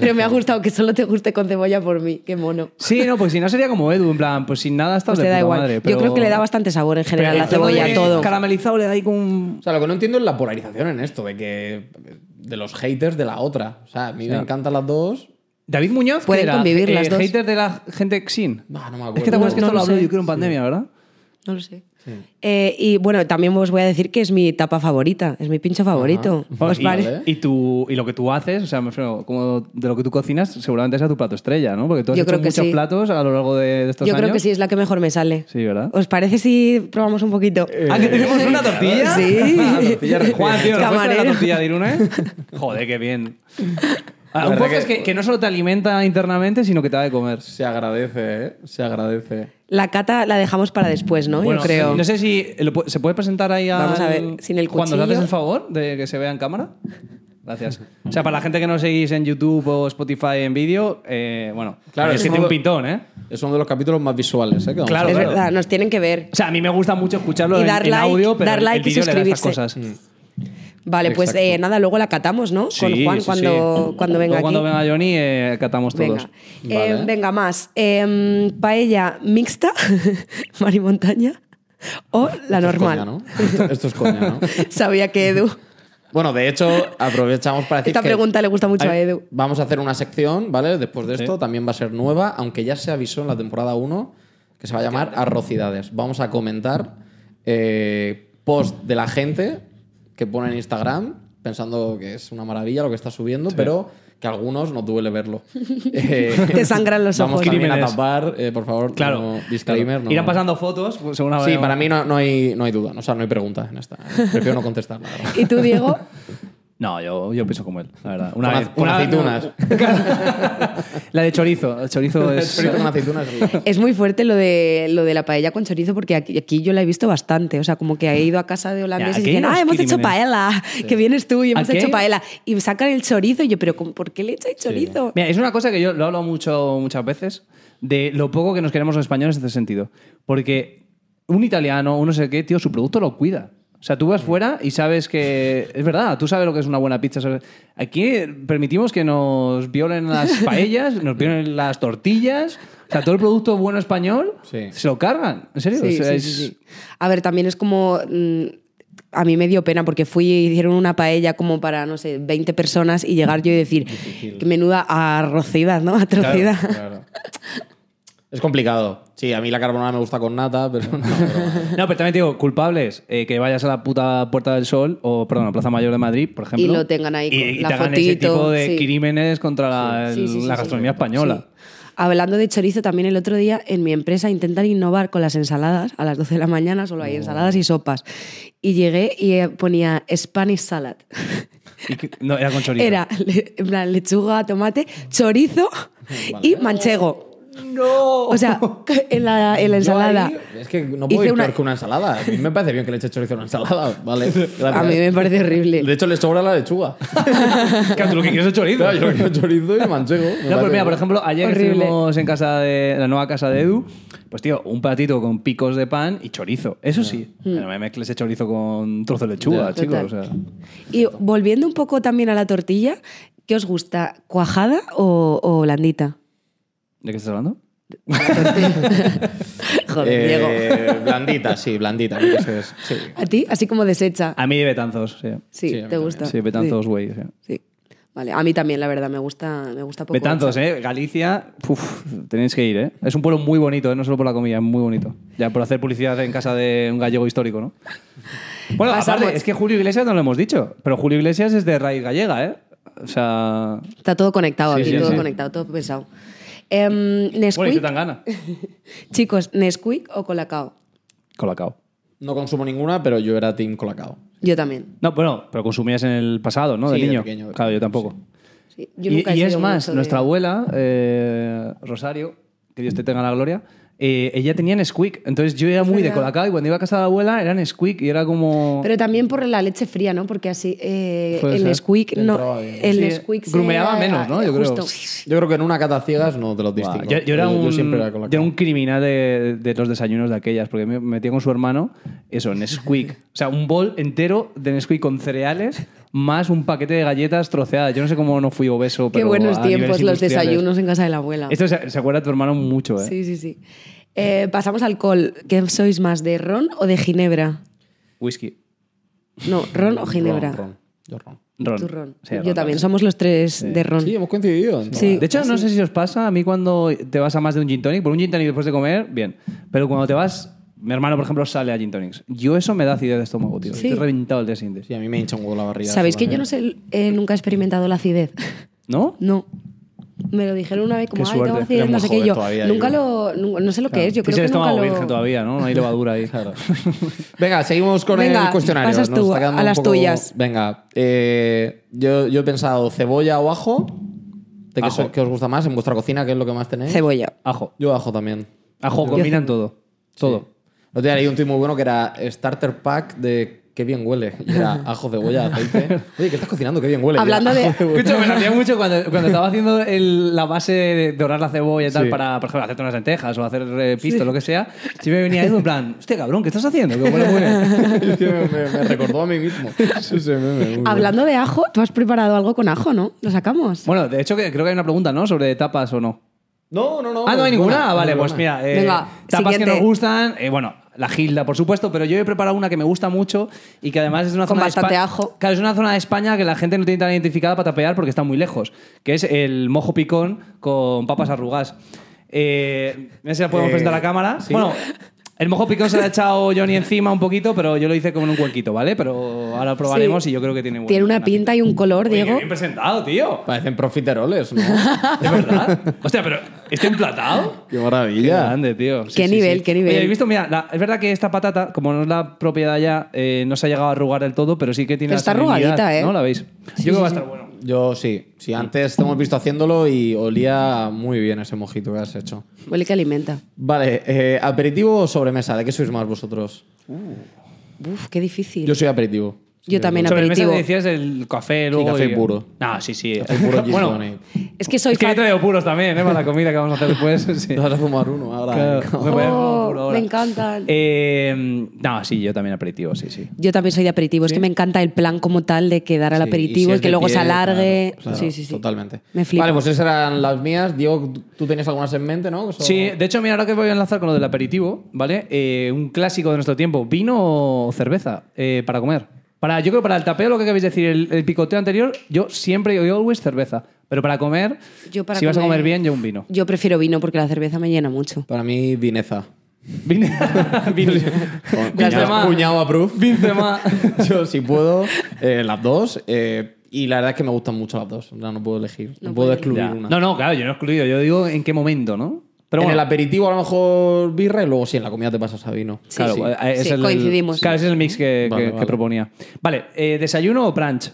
Speaker 5: Pero me ha gustado que solo te guste con cebolla por mí. Qué mono.
Speaker 3: Sí, no, pues si no sería como Edu, en plan, pues sin nada estás
Speaker 5: Pues te
Speaker 3: de
Speaker 5: da
Speaker 3: puta
Speaker 5: igual.
Speaker 3: madre.
Speaker 5: Yo
Speaker 3: pero-
Speaker 5: creo que le da bastante sabor en general
Speaker 3: pero
Speaker 5: la
Speaker 3: el cebolla
Speaker 5: cebolla a todo.
Speaker 3: Caramelizado le da ahí con.
Speaker 4: O sea, lo que no entiendo es la polarización en esto, de que de los haters de la otra. O sea, a mí me encantan las dos.
Speaker 3: David Muñoz,
Speaker 5: Pueden
Speaker 3: que era
Speaker 5: convivir las
Speaker 3: eh,
Speaker 5: dos.
Speaker 3: hater de la gente sin.
Speaker 4: Bah, no me acuerdo.
Speaker 3: Es que te acuerdas
Speaker 5: No,
Speaker 3: que
Speaker 5: no
Speaker 3: esto
Speaker 5: lo
Speaker 3: lo habló
Speaker 5: sé.
Speaker 3: yo creo en pandemia, ¿verdad?
Speaker 5: No lo sé. Eh, y bueno, también os voy a decir que es mi tapa favorita, es mi pincho favorito. ¿Os
Speaker 3: y,
Speaker 5: parece?
Speaker 4: vale.
Speaker 3: y tú- y lo que tú haces, o sea, me refiero, como de lo que tú cocinas, seguramente sea tu plato estrella, ¿no? Porque tú has
Speaker 5: Yo
Speaker 3: hecho
Speaker 5: creo que
Speaker 3: muchos
Speaker 5: sí.
Speaker 3: platos a lo largo de, de estos
Speaker 5: Yo
Speaker 3: años.
Speaker 5: creo que sí, es la que mejor me sale.
Speaker 3: Sí, ¿verdad?
Speaker 5: ¿Os parece si probamos un poquito?
Speaker 3: ¿Ah, que tenemos una tortilla?
Speaker 5: Sí.
Speaker 3: Ah, tortilla de- Juan, tío, ¿nos puedes traer la
Speaker 5: Camarero.
Speaker 3: tortilla de Irune? Joder, qué bien. Ah,
Speaker 4: La
Speaker 3: un
Speaker 4: verdad
Speaker 3: poco es
Speaker 4: que-
Speaker 3: que, que no solo te alimenta internamente, sino que te da de comer.
Speaker 4: Se agradece, ¿eh? Se agradece.
Speaker 5: La cata la dejamos para después, ¿no?
Speaker 3: Bueno,
Speaker 5: Yo creo.
Speaker 3: No sé si lo pu- se puede presentar ahí al-
Speaker 5: Vamos a ver, sin el
Speaker 3: Cuando nos
Speaker 5: cuchillo.
Speaker 3: haces el favor de que se vea en cámara. Gracias. O sea, para la gente que no seguís en YouTube o Spotify en vídeo, eh, bueno,
Speaker 4: Claro,
Speaker 3: es
Speaker 4: es
Speaker 3: que tiene
Speaker 4: modo-
Speaker 3: un pintón, ¿eh?
Speaker 4: Es uno de los capítulos más visuales, ¿eh? que vamos
Speaker 3: Claro,
Speaker 4: a
Speaker 5: es
Speaker 4: hacer.
Speaker 5: verdad, nos tienen que ver.
Speaker 3: O sea, a mí me gusta mucho escucharlo
Speaker 5: Y
Speaker 3: en,
Speaker 5: dar
Speaker 3: en
Speaker 5: like,
Speaker 3: audio, pero
Speaker 5: dar
Speaker 3: el-
Speaker 5: like
Speaker 3: el
Speaker 5: y
Speaker 3: vídeo le da estas
Speaker 5: suscribirse.
Speaker 3: cosas.
Speaker 5: Vale, pues
Speaker 4: Exacto.
Speaker 5: eh, nada, luego la catamos, ¿no?
Speaker 3: Sí,
Speaker 5: Con Juan
Speaker 3: sí,
Speaker 5: cuando,
Speaker 3: sí.
Speaker 5: cuando
Speaker 3: Luego
Speaker 5: venga
Speaker 3: Cuando
Speaker 5: aquí.
Speaker 3: venga Johnny, eh, catamos todos.
Speaker 5: Venga. Eh,
Speaker 4: Vale.
Speaker 5: venga, más. Eh, paella mixta, mar y montaña, o la
Speaker 4: Esto es
Speaker 5: normal.
Speaker 4: coña, ¿no? Esto- Esto es coña, ¿no?
Speaker 5: Sabía que Edu.
Speaker 4: Bueno, de hecho, aprovechamos para decir
Speaker 5: Esta
Speaker 4: que
Speaker 5: pregunta le gusta mucho a Edu.
Speaker 4: vamos a hacer una sección, ¿vale? Después de esto,
Speaker 3: Sí.
Speaker 4: también va a ser nueva, aunque ya se avisó en la temporada 1, que se va a llamar Arrocidades. Vamos a comentar eh, post de la gente que pone en Instagram, pensando que es una maravilla lo que está subiendo, pero que a algunos nos duele verlo. Eh,
Speaker 5: Te sangran los
Speaker 4: Vamos
Speaker 5: ojos.
Speaker 4: también a
Speaker 3: Crímenes.
Speaker 4: tapar, eh, por favor,
Speaker 3: Claro.
Speaker 4: no- disclaimer.
Speaker 3: Claro.
Speaker 4: no-
Speaker 3: Irán pasando fotos, pues, según
Speaker 4: Sí,
Speaker 3: vayamos-
Speaker 4: para mí no, no hay, no hay duda, o sea, no hay preguntas en esta. Prefiero no contestar, la verdad.
Speaker 5: ¿Y tú, Diego?
Speaker 3: No, yo, yo pienso como él, la verdad.
Speaker 4: Con ac- con aceitunas.
Speaker 3: la de chorizo. Chorizo es.
Speaker 4: Chorizo con aceitunas. sí.
Speaker 5: Es muy fuerte lo de, lo de la paella con chorizo porque aquí, aquí yo la he visto bastante. O sea, como que he ido a casa de holandeses
Speaker 3: Ya,
Speaker 5: y
Speaker 3: aquí
Speaker 5: dicen,
Speaker 3: hay
Speaker 5: ah,
Speaker 3: unos
Speaker 5: hemos hecho
Speaker 3: crímenes".
Speaker 5: paella, que vienes tú y hemos
Speaker 3: Aquí hay-
Speaker 5: hecho paella. Y sacan el chorizo y yo, pero ¿cómo- ¿por qué le echáis chorizo?
Speaker 3: Mira, es una cosa que yo lo he hablado mucho, muchas veces, de lo poco que nos queremos los españoles en este sentido. Porque un italiano, un no sé qué, tío, su producto lo cuida. O sea, tú vas fuera y sabes que. Es verdad, tú sabes lo que es una buena pizza. sabes- Aquí permitimos que nos violen las paellas, nos violen las tortillas. O sea, todo el producto bueno español
Speaker 4: Sí.
Speaker 3: se lo cargan. ¿En serio?
Speaker 5: Sí,
Speaker 3: O sea,
Speaker 5: sí,
Speaker 3: es-
Speaker 5: sí, sí. A ver, también es como. mm, a mí me dio pena porque fui y hicieron una paella como para, no sé, 20 personas y llegar yo y decir, que menuda arrocidad, ¿no? Atrocidad.
Speaker 4: Claro. Es complicado. Sí, a mí la carbonara me gusta con nata, pero no. pero-
Speaker 3: No, pero también te digo, culpables, eh, que vayas a la puta Puerta del Sol o, perdón, a Plaza Mayor de Madrid, por ejemplo.
Speaker 5: Y lo tengan ahí
Speaker 3: y-
Speaker 5: con
Speaker 3: y
Speaker 5: la
Speaker 3: te hagan ese
Speaker 5: fotito,
Speaker 3: tipo de
Speaker 5: sí.
Speaker 3: crímenes contra la,
Speaker 5: Sí, sí, sí,
Speaker 3: la
Speaker 5: sí,
Speaker 3: gastronomía
Speaker 5: sí.
Speaker 3: española.
Speaker 5: Sí. Hablando de chorizo, también el otro día en mi empresa intentan innovar con las ensaladas. A las 12 de la mañana solo
Speaker 3: Oh.
Speaker 5: hay ensaladas y sopas. Y llegué y eh, ponía Spanish salad.
Speaker 3: Y que- no, era con chorizo.
Speaker 5: Era le- en plan, lechuga, tomate, chorizo y manchego.
Speaker 3: ¡No!
Speaker 5: O sea, en la, en la ensalada.
Speaker 4: Yo ahí- es que no puedo
Speaker 5: Hice
Speaker 4: ir
Speaker 5: una-
Speaker 4: peor que una ensalada. A mí me parece bien que le eche chorizo a una ensalada, ¿vale?
Speaker 5: A
Speaker 4: gracias.
Speaker 5: mí me parece
Speaker 4: De
Speaker 5: horrible.
Speaker 4: hecho, le sobra la lechuga.
Speaker 3: Claro, tú lo que quieres es chorizo.
Speaker 4: Claro, yo quiero chorizo y manchego. Me
Speaker 3: No,
Speaker 4: parece
Speaker 3: pues mira, por
Speaker 4: bien.
Speaker 3: ejemplo, ayer
Speaker 5: Horrible.
Speaker 3: estuvimos en casa de la nueva casa de Edu, pues tío, un platito con picos de pan y chorizo. Eso sí, no me mezcles ese chorizo con trozo de lechuga,
Speaker 4: Ya,
Speaker 3: chicos.
Speaker 5: Hmm. total.
Speaker 3: o sea.
Speaker 5: Y volviendo un poco también a la tortilla, ¿qué os gusta? ¿Cuajada o, o blandita?
Speaker 3: ¿De qué estás hablando?
Speaker 5: Joder,
Speaker 4: Eh,
Speaker 5: Diego.
Speaker 4: Blandita, sí, blandita. creo que eso es. Sí.
Speaker 5: ¿A ti? Así como deshecha.
Speaker 3: A mí de Betanzos, sí.
Speaker 5: Sí,
Speaker 4: sí, a mí
Speaker 5: te
Speaker 4: también.
Speaker 5: gusta.
Speaker 3: Sí, Betanzos, güey. sí.
Speaker 5: Sí. Vale, a mí también, la verdad, me gusta, me gusta poco.
Speaker 3: Betanzos, ¿eh? Galicia, uf, tenéis que ir, ¿eh? Es un pueblo muy bonito, ¿eh? No solo por la comida, es muy bonito. Ya por hacer publicidad en casa de un gallego histórico, ¿no? Bueno,
Speaker 5: Pasamos.
Speaker 3: aparte, es que Julio Iglesias no lo hemos dicho, pero Julio Iglesias es de raíz gallega, ¿eh? O sea...
Speaker 5: Está todo conectado
Speaker 4: Sí,
Speaker 5: aquí,
Speaker 4: sí,
Speaker 5: todo
Speaker 4: sí.
Speaker 5: conectado, todo pensado. Em,
Speaker 3: Bueno, y
Speaker 5: Nesquik,
Speaker 3: tan gana.
Speaker 5: chicos, ¿Nesquik o Colacao?
Speaker 3: Colacao.
Speaker 4: No consumo ninguna, pero yo era team colacao.
Speaker 5: Yo también.
Speaker 3: No, bueno, pero consumías en el pasado, ¿no? De
Speaker 4: Sí, de
Speaker 3: niño.
Speaker 4: pequeño, de
Speaker 3: claro, yo
Speaker 4: pequeño,
Speaker 3: tampoco.
Speaker 5: Sí, yo
Speaker 3: y
Speaker 5: nunca he
Speaker 3: y es
Speaker 5: sido
Speaker 3: más,
Speaker 5: mucho de-
Speaker 3: nuestra abuela, eh, Rosario, que Dios te tenga la gloria, eh, ella tenía Nesquik. Entonces yo era muy de
Speaker 5: verdad.
Speaker 3: Colacao y cuando iba a casa de la abuela era Nesquik y era como...
Speaker 5: Pero también por la leche fría, ¿no? Porque así eh,
Speaker 3: Puede
Speaker 5: el
Speaker 3: ser.
Speaker 5: Nesquik no,
Speaker 4: Entraba bien.
Speaker 5: el
Speaker 3: Sí,
Speaker 5: Nesquik se-
Speaker 3: grumeaba menos, ¿no? Yo creo.
Speaker 5: justo.
Speaker 4: Yo creo que en una cata ciegas no te los
Speaker 3: Buah,
Speaker 4: distingo.
Speaker 3: yo, yo era un,
Speaker 4: siempre era
Speaker 3: yo era
Speaker 4: colacao.
Speaker 3: un criminal de, de los desayunos de aquellas, porque me metía con su hermano, eso, Nesquik. o sea, un bol entero de Nesquik con cereales, más un paquete de galletas troceadas. Yo no sé cómo no fui obeso,
Speaker 5: Qué
Speaker 3: pero
Speaker 5: buenos
Speaker 3: a
Speaker 5: tiempos
Speaker 3: niveles
Speaker 5: los
Speaker 3: industriales.
Speaker 5: desayunos en casa de la abuela.
Speaker 3: Esto se, se acuerda tu hermano mucho, ¿eh?
Speaker 5: Sí, sí, sí. Eh, pasamos al alcohol. ¿Qué sois más, de ron o de ginebra?
Speaker 3: Whisky.
Speaker 5: No, ron o ginebra.
Speaker 4: Ron, ron. Yo ron.
Speaker 3: Ron.
Speaker 5: Tú ron.
Speaker 3: Sí,
Speaker 5: yo
Speaker 3: ron,
Speaker 5: también,
Speaker 3: ron.
Speaker 5: somos los tres de ron.
Speaker 4: Sí, hemos coincidido. entonces.
Speaker 5: Sí.
Speaker 3: De hecho, no sé si os pasa, a mí cuando te vas a más de un gin tonic, por un gin tonic después de comer, bien. Pero cuando te vas, mi hermano, por ejemplo, sale a gin tonics. Yo eso me da acidez de estómago, tío.
Speaker 5: Sí.
Speaker 3: Estoy reventado el día siguiente.
Speaker 4: Sí, a mí me hincha un huevo la barriga.
Speaker 5: ¿Sabéis que
Speaker 4: solamente.
Speaker 5: yo no sé, eh, nunca he experimentado la acidez?
Speaker 3: ¿No?
Speaker 5: No. Me lo dijeron una vez como,
Speaker 3: Qué
Speaker 5: ay, tengo
Speaker 3: suerte.
Speaker 5: acidez,
Speaker 4: Eres
Speaker 5: no
Speaker 4: muy
Speaker 5: sé qué
Speaker 4: joven
Speaker 5: yo.
Speaker 4: todavía,
Speaker 5: Nunca
Speaker 4: yo.
Speaker 5: lo, nunca- no sé lo que es, yo
Speaker 3: Tienes
Speaker 5: creo
Speaker 3: el
Speaker 5: que nunca
Speaker 3: estómago
Speaker 5: lo...
Speaker 3: virgen todavía, ¿no? No hay levadura ahí.
Speaker 4: Venga, seguimos con
Speaker 5: Venga,
Speaker 4: el cuestionario.
Speaker 5: pasas
Speaker 4: Nos
Speaker 5: tú
Speaker 4: está quedando
Speaker 5: a
Speaker 4: un
Speaker 5: las
Speaker 4: poco-
Speaker 5: tuyas.
Speaker 4: Venga, eh, yo, yo he pensado cebolla o ajo. ¿De qué,
Speaker 3: Ajo.
Speaker 4: so- qué os gusta más en vuestra cocina? ¿Qué es lo que más
Speaker 3: ¿Eh?
Speaker 4: tenéis?
Speaker 5: Cebolla.
Speaker 3: Ajo.
Speaker 4: Yo ajo también.
Speaker 3: Ajo, combinan todo. Todo.
Speaker 4: Lo tenía ahí un tuit muy bueno que era starter pack de qué bien huele. Y era ajo, cebolla, aceite. Oye, ¿qué estás cocinando? Qué bien huele. Y era
Speaker 5: Hablando
Speaker 4: ajo,
Speaker 5: de-
Speaker 4: cebolla.
Speaker 3: Escúchame, me hacía mucho cuando, cuando estaba haciendo el- la base de dorar la cebolla y tal
Speaker 4: Sí.
Speaker 3: para, por ejemplo, hacerte unas lentejas o hacer eh, pisto, lo que sea. Si me venía Edu en plan, hostia, cabrón, ¿qué estás haciendo? Que huele muy bien".
Speaker 4: Es que me, me- me recordó a mí mismo. Sí, sí, me- me- me-
Speaker 5: Hablando de ajo, tú has preparado algo con ajo, ¿no? Lo sacamos.
Speaker 3: Bueno, de hecho, que- creo que hay una pregunta, ¿no? Sobre tapas o no.
Speaker 4: No, no, no.
Speaker 3: Ah, no hay
Speaker 4: es
Speaker 3: ninguna.
Speaker 4: buena,
Speaker 3: Ah, vale,
Speaker 4: es
Speaker 3: pues
Speaker 4: buena.
Speaker 3: mira, eh,
Speaker 5: Venga,
Speaker 3: tapas
Speaker 5: siguiente.
Speaker 3: que nos gustan. eh, bueno, la Gilda, por supuesto, pero yo he preparado una que me gusta mucho y que además es una
Speaker 5: Con
Speaker 3: zona
Speaker 5: bastante
Speaker 3: de Espa-
Speaker 5: ajo.
Speaker 3: Claro, es una zona de España que la gente no tiene tan identificada para tapear porque está muy lejos, que es el mojo picón con papas arrugas. Eh, no sé si la podemos
Speaker 4: Eh,
Speaker 3: presentar a la cámara.
Speaker 4: sí.
Speaker 3: Bueno, el mojo picón se lo ha echado Johnny encima un poquito, pero yo lo hice como en un cuenquito, ¿vale? Pero ahora lo probaremos
Speaker 5: Sí.
Speaker 3: y yo creo que tiene buen-
Speaker 5: Tiene una
Speaker 3: buena
Speaker 5: pinta y un color,
Speaker 3: Oye, qué
Speaker 5: Diego.
Speaker 3: bien presentado, tío.
Speaker 4: Parecen profiteroles, ¿no?
Speaker 3: De verdad. Hostia, pero ¿este emplatado?
Speaker 4: Qué
Speaker 3: Qué
Speaker 4: maravilla.
Speaker 3: grande, tío.
Speaker 5: Qué nivel, qué nivel.
Speaker 3: Oye, ¿habéis visto? Mira, la- es verdad que esta patata, como no es la propiedad ya, eh, no se ha llegado a arrugar del todo, pero sí que tiene
Speaker 5: Pero
Speaker 3: la
Speaker 5: está
Speaker 3: salinidad,
Speaker 5: arrugadita, ¿eh?
Speaker 3: ¿No la veis? Yo creo que va a estar bueno.
Speaker 4: Yo sí. Sí, antes te hemos visto haciéndolo y olía muy bien ese mojito que has hecho.
Speaker 5: Huele que alimenta.
Speaker 4: Vale, eh, ¿aperitivo o sobremesa? ¿De qué sois más vosotros?
Speaker 5: Uf, qué difícil.
Speaker 4: Yo soy aperitivo.
Speaker 5: Yo también
Speaker 3: Sobremesa
Speaker 5: aperitivo.
Speaker 3: te decías el café, luego.
Speaker 4: café
Speaker 3: y-
Speaker 4: puro.
Speaker 3: No, sí, sí.
Speaker 4: Café puro eh. gin
Speaker 3: bueno,
Speaker 4: tonic.
Speaker 5: Es que soy
Speaker 3: es que yo
Speaker 5: fan-
Speaker 3: traigo puros también, ¿eh? Para la comida que vamos a hacer después. sí.
Speaker 4: Te vas a fumar uno ahora. ¿eh?
Speaker 3: Claro, me voy a fumar un puro
Speaker 5: Oh,
Speaker 3: ahora.
Speaker 5: me encantan.
Speaker 3: Eh, no, sí, yo también aperitivo, sí, sí.
Speaker 5: Yo también soy de aperitivo. Es que me encanta el plan como tal de quedar al
Speaker 4: Sí, y
Speaker 5: aperitivo
Speaker 4: si
Speaker 5: y,
Speaker 4: es
Speaker 5: que
Speaker 4: de
Speaker 5: luego se
Speaker 4: pie,
Speaker 5: alargue.
Speaker 4: claro, claro,
Speaker 5: sí, sí, sí.
Speaker 4: Totalmente.
Speaker 5: Me flipa.
Speaker 4: Vale, pues esas eran las mías. Diego, ¿tú tenías algunas en mente, no? Eso-
Speaker 3: Sí, de hecho, mira, ahora que voy a enlazar con lo del aperitivo, ¿vale? Eh, un clásico de nuestro tiempo, ¿vino o cerveza eh, para comer? Para, yo creo que para el tapeo, lo que queréis decir, el, el picoteo anterior, yo siempre, yo always cerveza. Pero para comer,
Speaker 5: Yo para
Speaker 3: si vas a comer bien, yo un vino.
Speaker 5: Yo prefiero vino porque la cerveza me llena mucho.
Speaker 4: Para mí, Vineza.
Speaker 3: Vino. vino.
Speaker 4: Con-
Speaker 3: Benzema.
Speaker 4: Cuñado cuñado approve.
Speaker 3: Benzema.
Speaker 4: Yo, si puedo, eh, las dos. eh, y la verdad es que me gustan mucho las dos. No, no puedo elegir. No,
Speaker 5: No
Speaker 4: puedo
Speaker 5: puedes.
Speaker 4: excluir
Speaker 3: Ya.
Speaker 4: una.
Speaker 3: No, no, claro, yo no he excluido. Yo digo en qué momento, ¿no? Pero
Speaker 4: en
Speaker 3: bueno,
Speaker 4: el aperitivo, a lo mejor birra y luego sí, en la comida te pasas a vino.
Speaker 3: claro,
Speaker 5: sí.
Speaker 3: eh, es
Speaker 5: Sí,
Speaker 3: el,
Speaker 5: coincidimos.
Speaker 3: Claro, ese es el mix que,
Speaker 4: Vale,
Speaker 3: que- que
Speaker 4: vale.
Speaker 3: proponía. Vale, eh, ¿desayuno o brunch?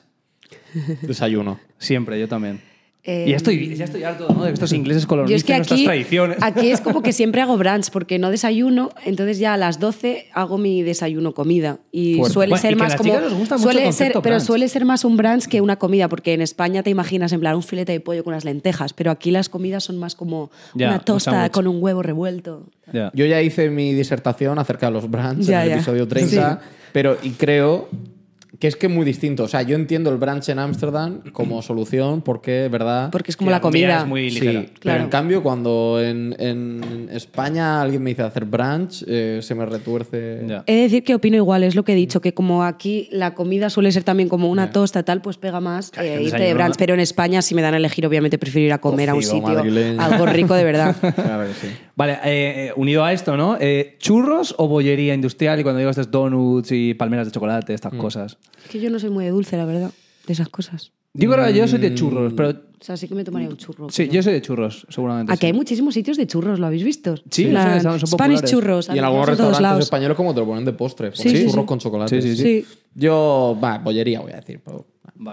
Speaker 4: Desayuno.
Speaker 3: Siempre, yo también.
Speaker 5: Eh,
Speaker 3: y ya estoy, ya estoy harto ¿no? de estos ingleses
Speaker 5: Yo es
Speaker 3: colonizados
Speaker 5: que
Speaker 3: nuestras
Speaker 5: aquí,
Speaker 3: tradiciones.
Speaker 5: aquí es como que siempre hago brunch porque no desayuno, entonces ya a las 12 hago mi desayuno comida y
Speaker 4: Fuerte.
Speaker 5: suele
Speaker 3: Bueno, y
Speaker 5: ser
Speaker 3: que a
Speaker 5: más
Speaker 3: las
Speaker 5: como
Speaker 3: chicas les gusta mucho el
Speaker 5: suele ser,
Speaker 3: concepto
Speaker 5: pero
Speaker 3: brunch.
Speaker 5: suele ser más un brunch que una comida porque en España te imaginas en plan un filete de pollo con unas lentejas, pero aquí las comidas son más como
Speaker 3: Ya, un
Speaker 5: una tosta
Speaker 3: sándwich.
Speaker 5: con un huevo revuelto.
Speaker 3: Ya.
Speaker 4: Yo ya hice mi disertación acerca de los brunch
Speaker 5: Ya,
Speaker 4: en el
Speaker 5: ya.
Speaker 4: episodio 30, pero y creo que es que es muy distinto. O sea, yo entiendo el brunch en Ámsterdam como solución porque, ¿verdad?
Speaker 5: Porque es como
Speaker 3: Sí,
Speaker 5: la
Speaker 3: la comida
Speaker 5: comida.
Speaker 3: es muy-
Speaker 4: Sí,
Speaker 3: ligera.
Speaker 4: pero
Speaker 5: Claro.
Speaker 4: en cambio cuando en, en España alguien me dice hacer brunch, eh, se me retuerce.
Speaker 3: Ya.
Speaker 5: He de decir que opino igual, es lo que he dicho, que como aquí la comida suele ser también como una tosta tal, pues pega más
Speaker 3: Claro,
Speaker 5: eh,
Speaker 3: que el
Speaker 5: irte de
Speaker 3: desayuno-
Speaker 5: brunch. Pero en España, si me dan a elegir, obviamente prefiero ir a comer a un
Speaker 4: Cocido
Speaker 5: sitio,
Speaker 4: madrileño.
Speaker 5: algo rico de verdad.
Speaker 4: Claro que sí.
Speaker 3: Vale, eh, eh, unido a esto, ¿no? Eh, ¿Churros o bollería industrial? Y cuando digo estos donuts y palmeras de chocolate, estas cosas.
Speaker 5: Es que yo no soy muy de dulce, la verdad, de esas cosas.
Speaker 3: Yo creo que yo soy de churros, pero.
Speaker 5: O sea, sí que me tomaría un churro.
Speaker 3: Sí,
Speaker 5: pero-
Speaker 3: yo soy de churros, seguramente.
Speaker 5: Aquí
Speaker 3: sí.
Speaker 5: hay muchísimos sitios de churros, ¿lo habéis visto?
Speaker 3: Sí,
Speaker 5: En plan,
Speaker 3: sí, son- son
Speaker 5: Spanish
Speaker 3: populares.
Speaker 5: churros.
Speaker 4: Y en algunos
Speaker 5: en todos
Speaker 4: restaurantes
Speaker 5: lados.
Speaker 4: españoles como te lo ponen de postre,
Speaker 5: Sí,
Speaker 4: ponen
Speaker 5: sí,
Speaker 4: churros
Speaker 5: sí.
Speaker 4: con chocolate.
Speaker 3: Sí, sí,
Speaker 5: sí. Sí.
Speaker 4: Yo, va, bollería voy a decir, pero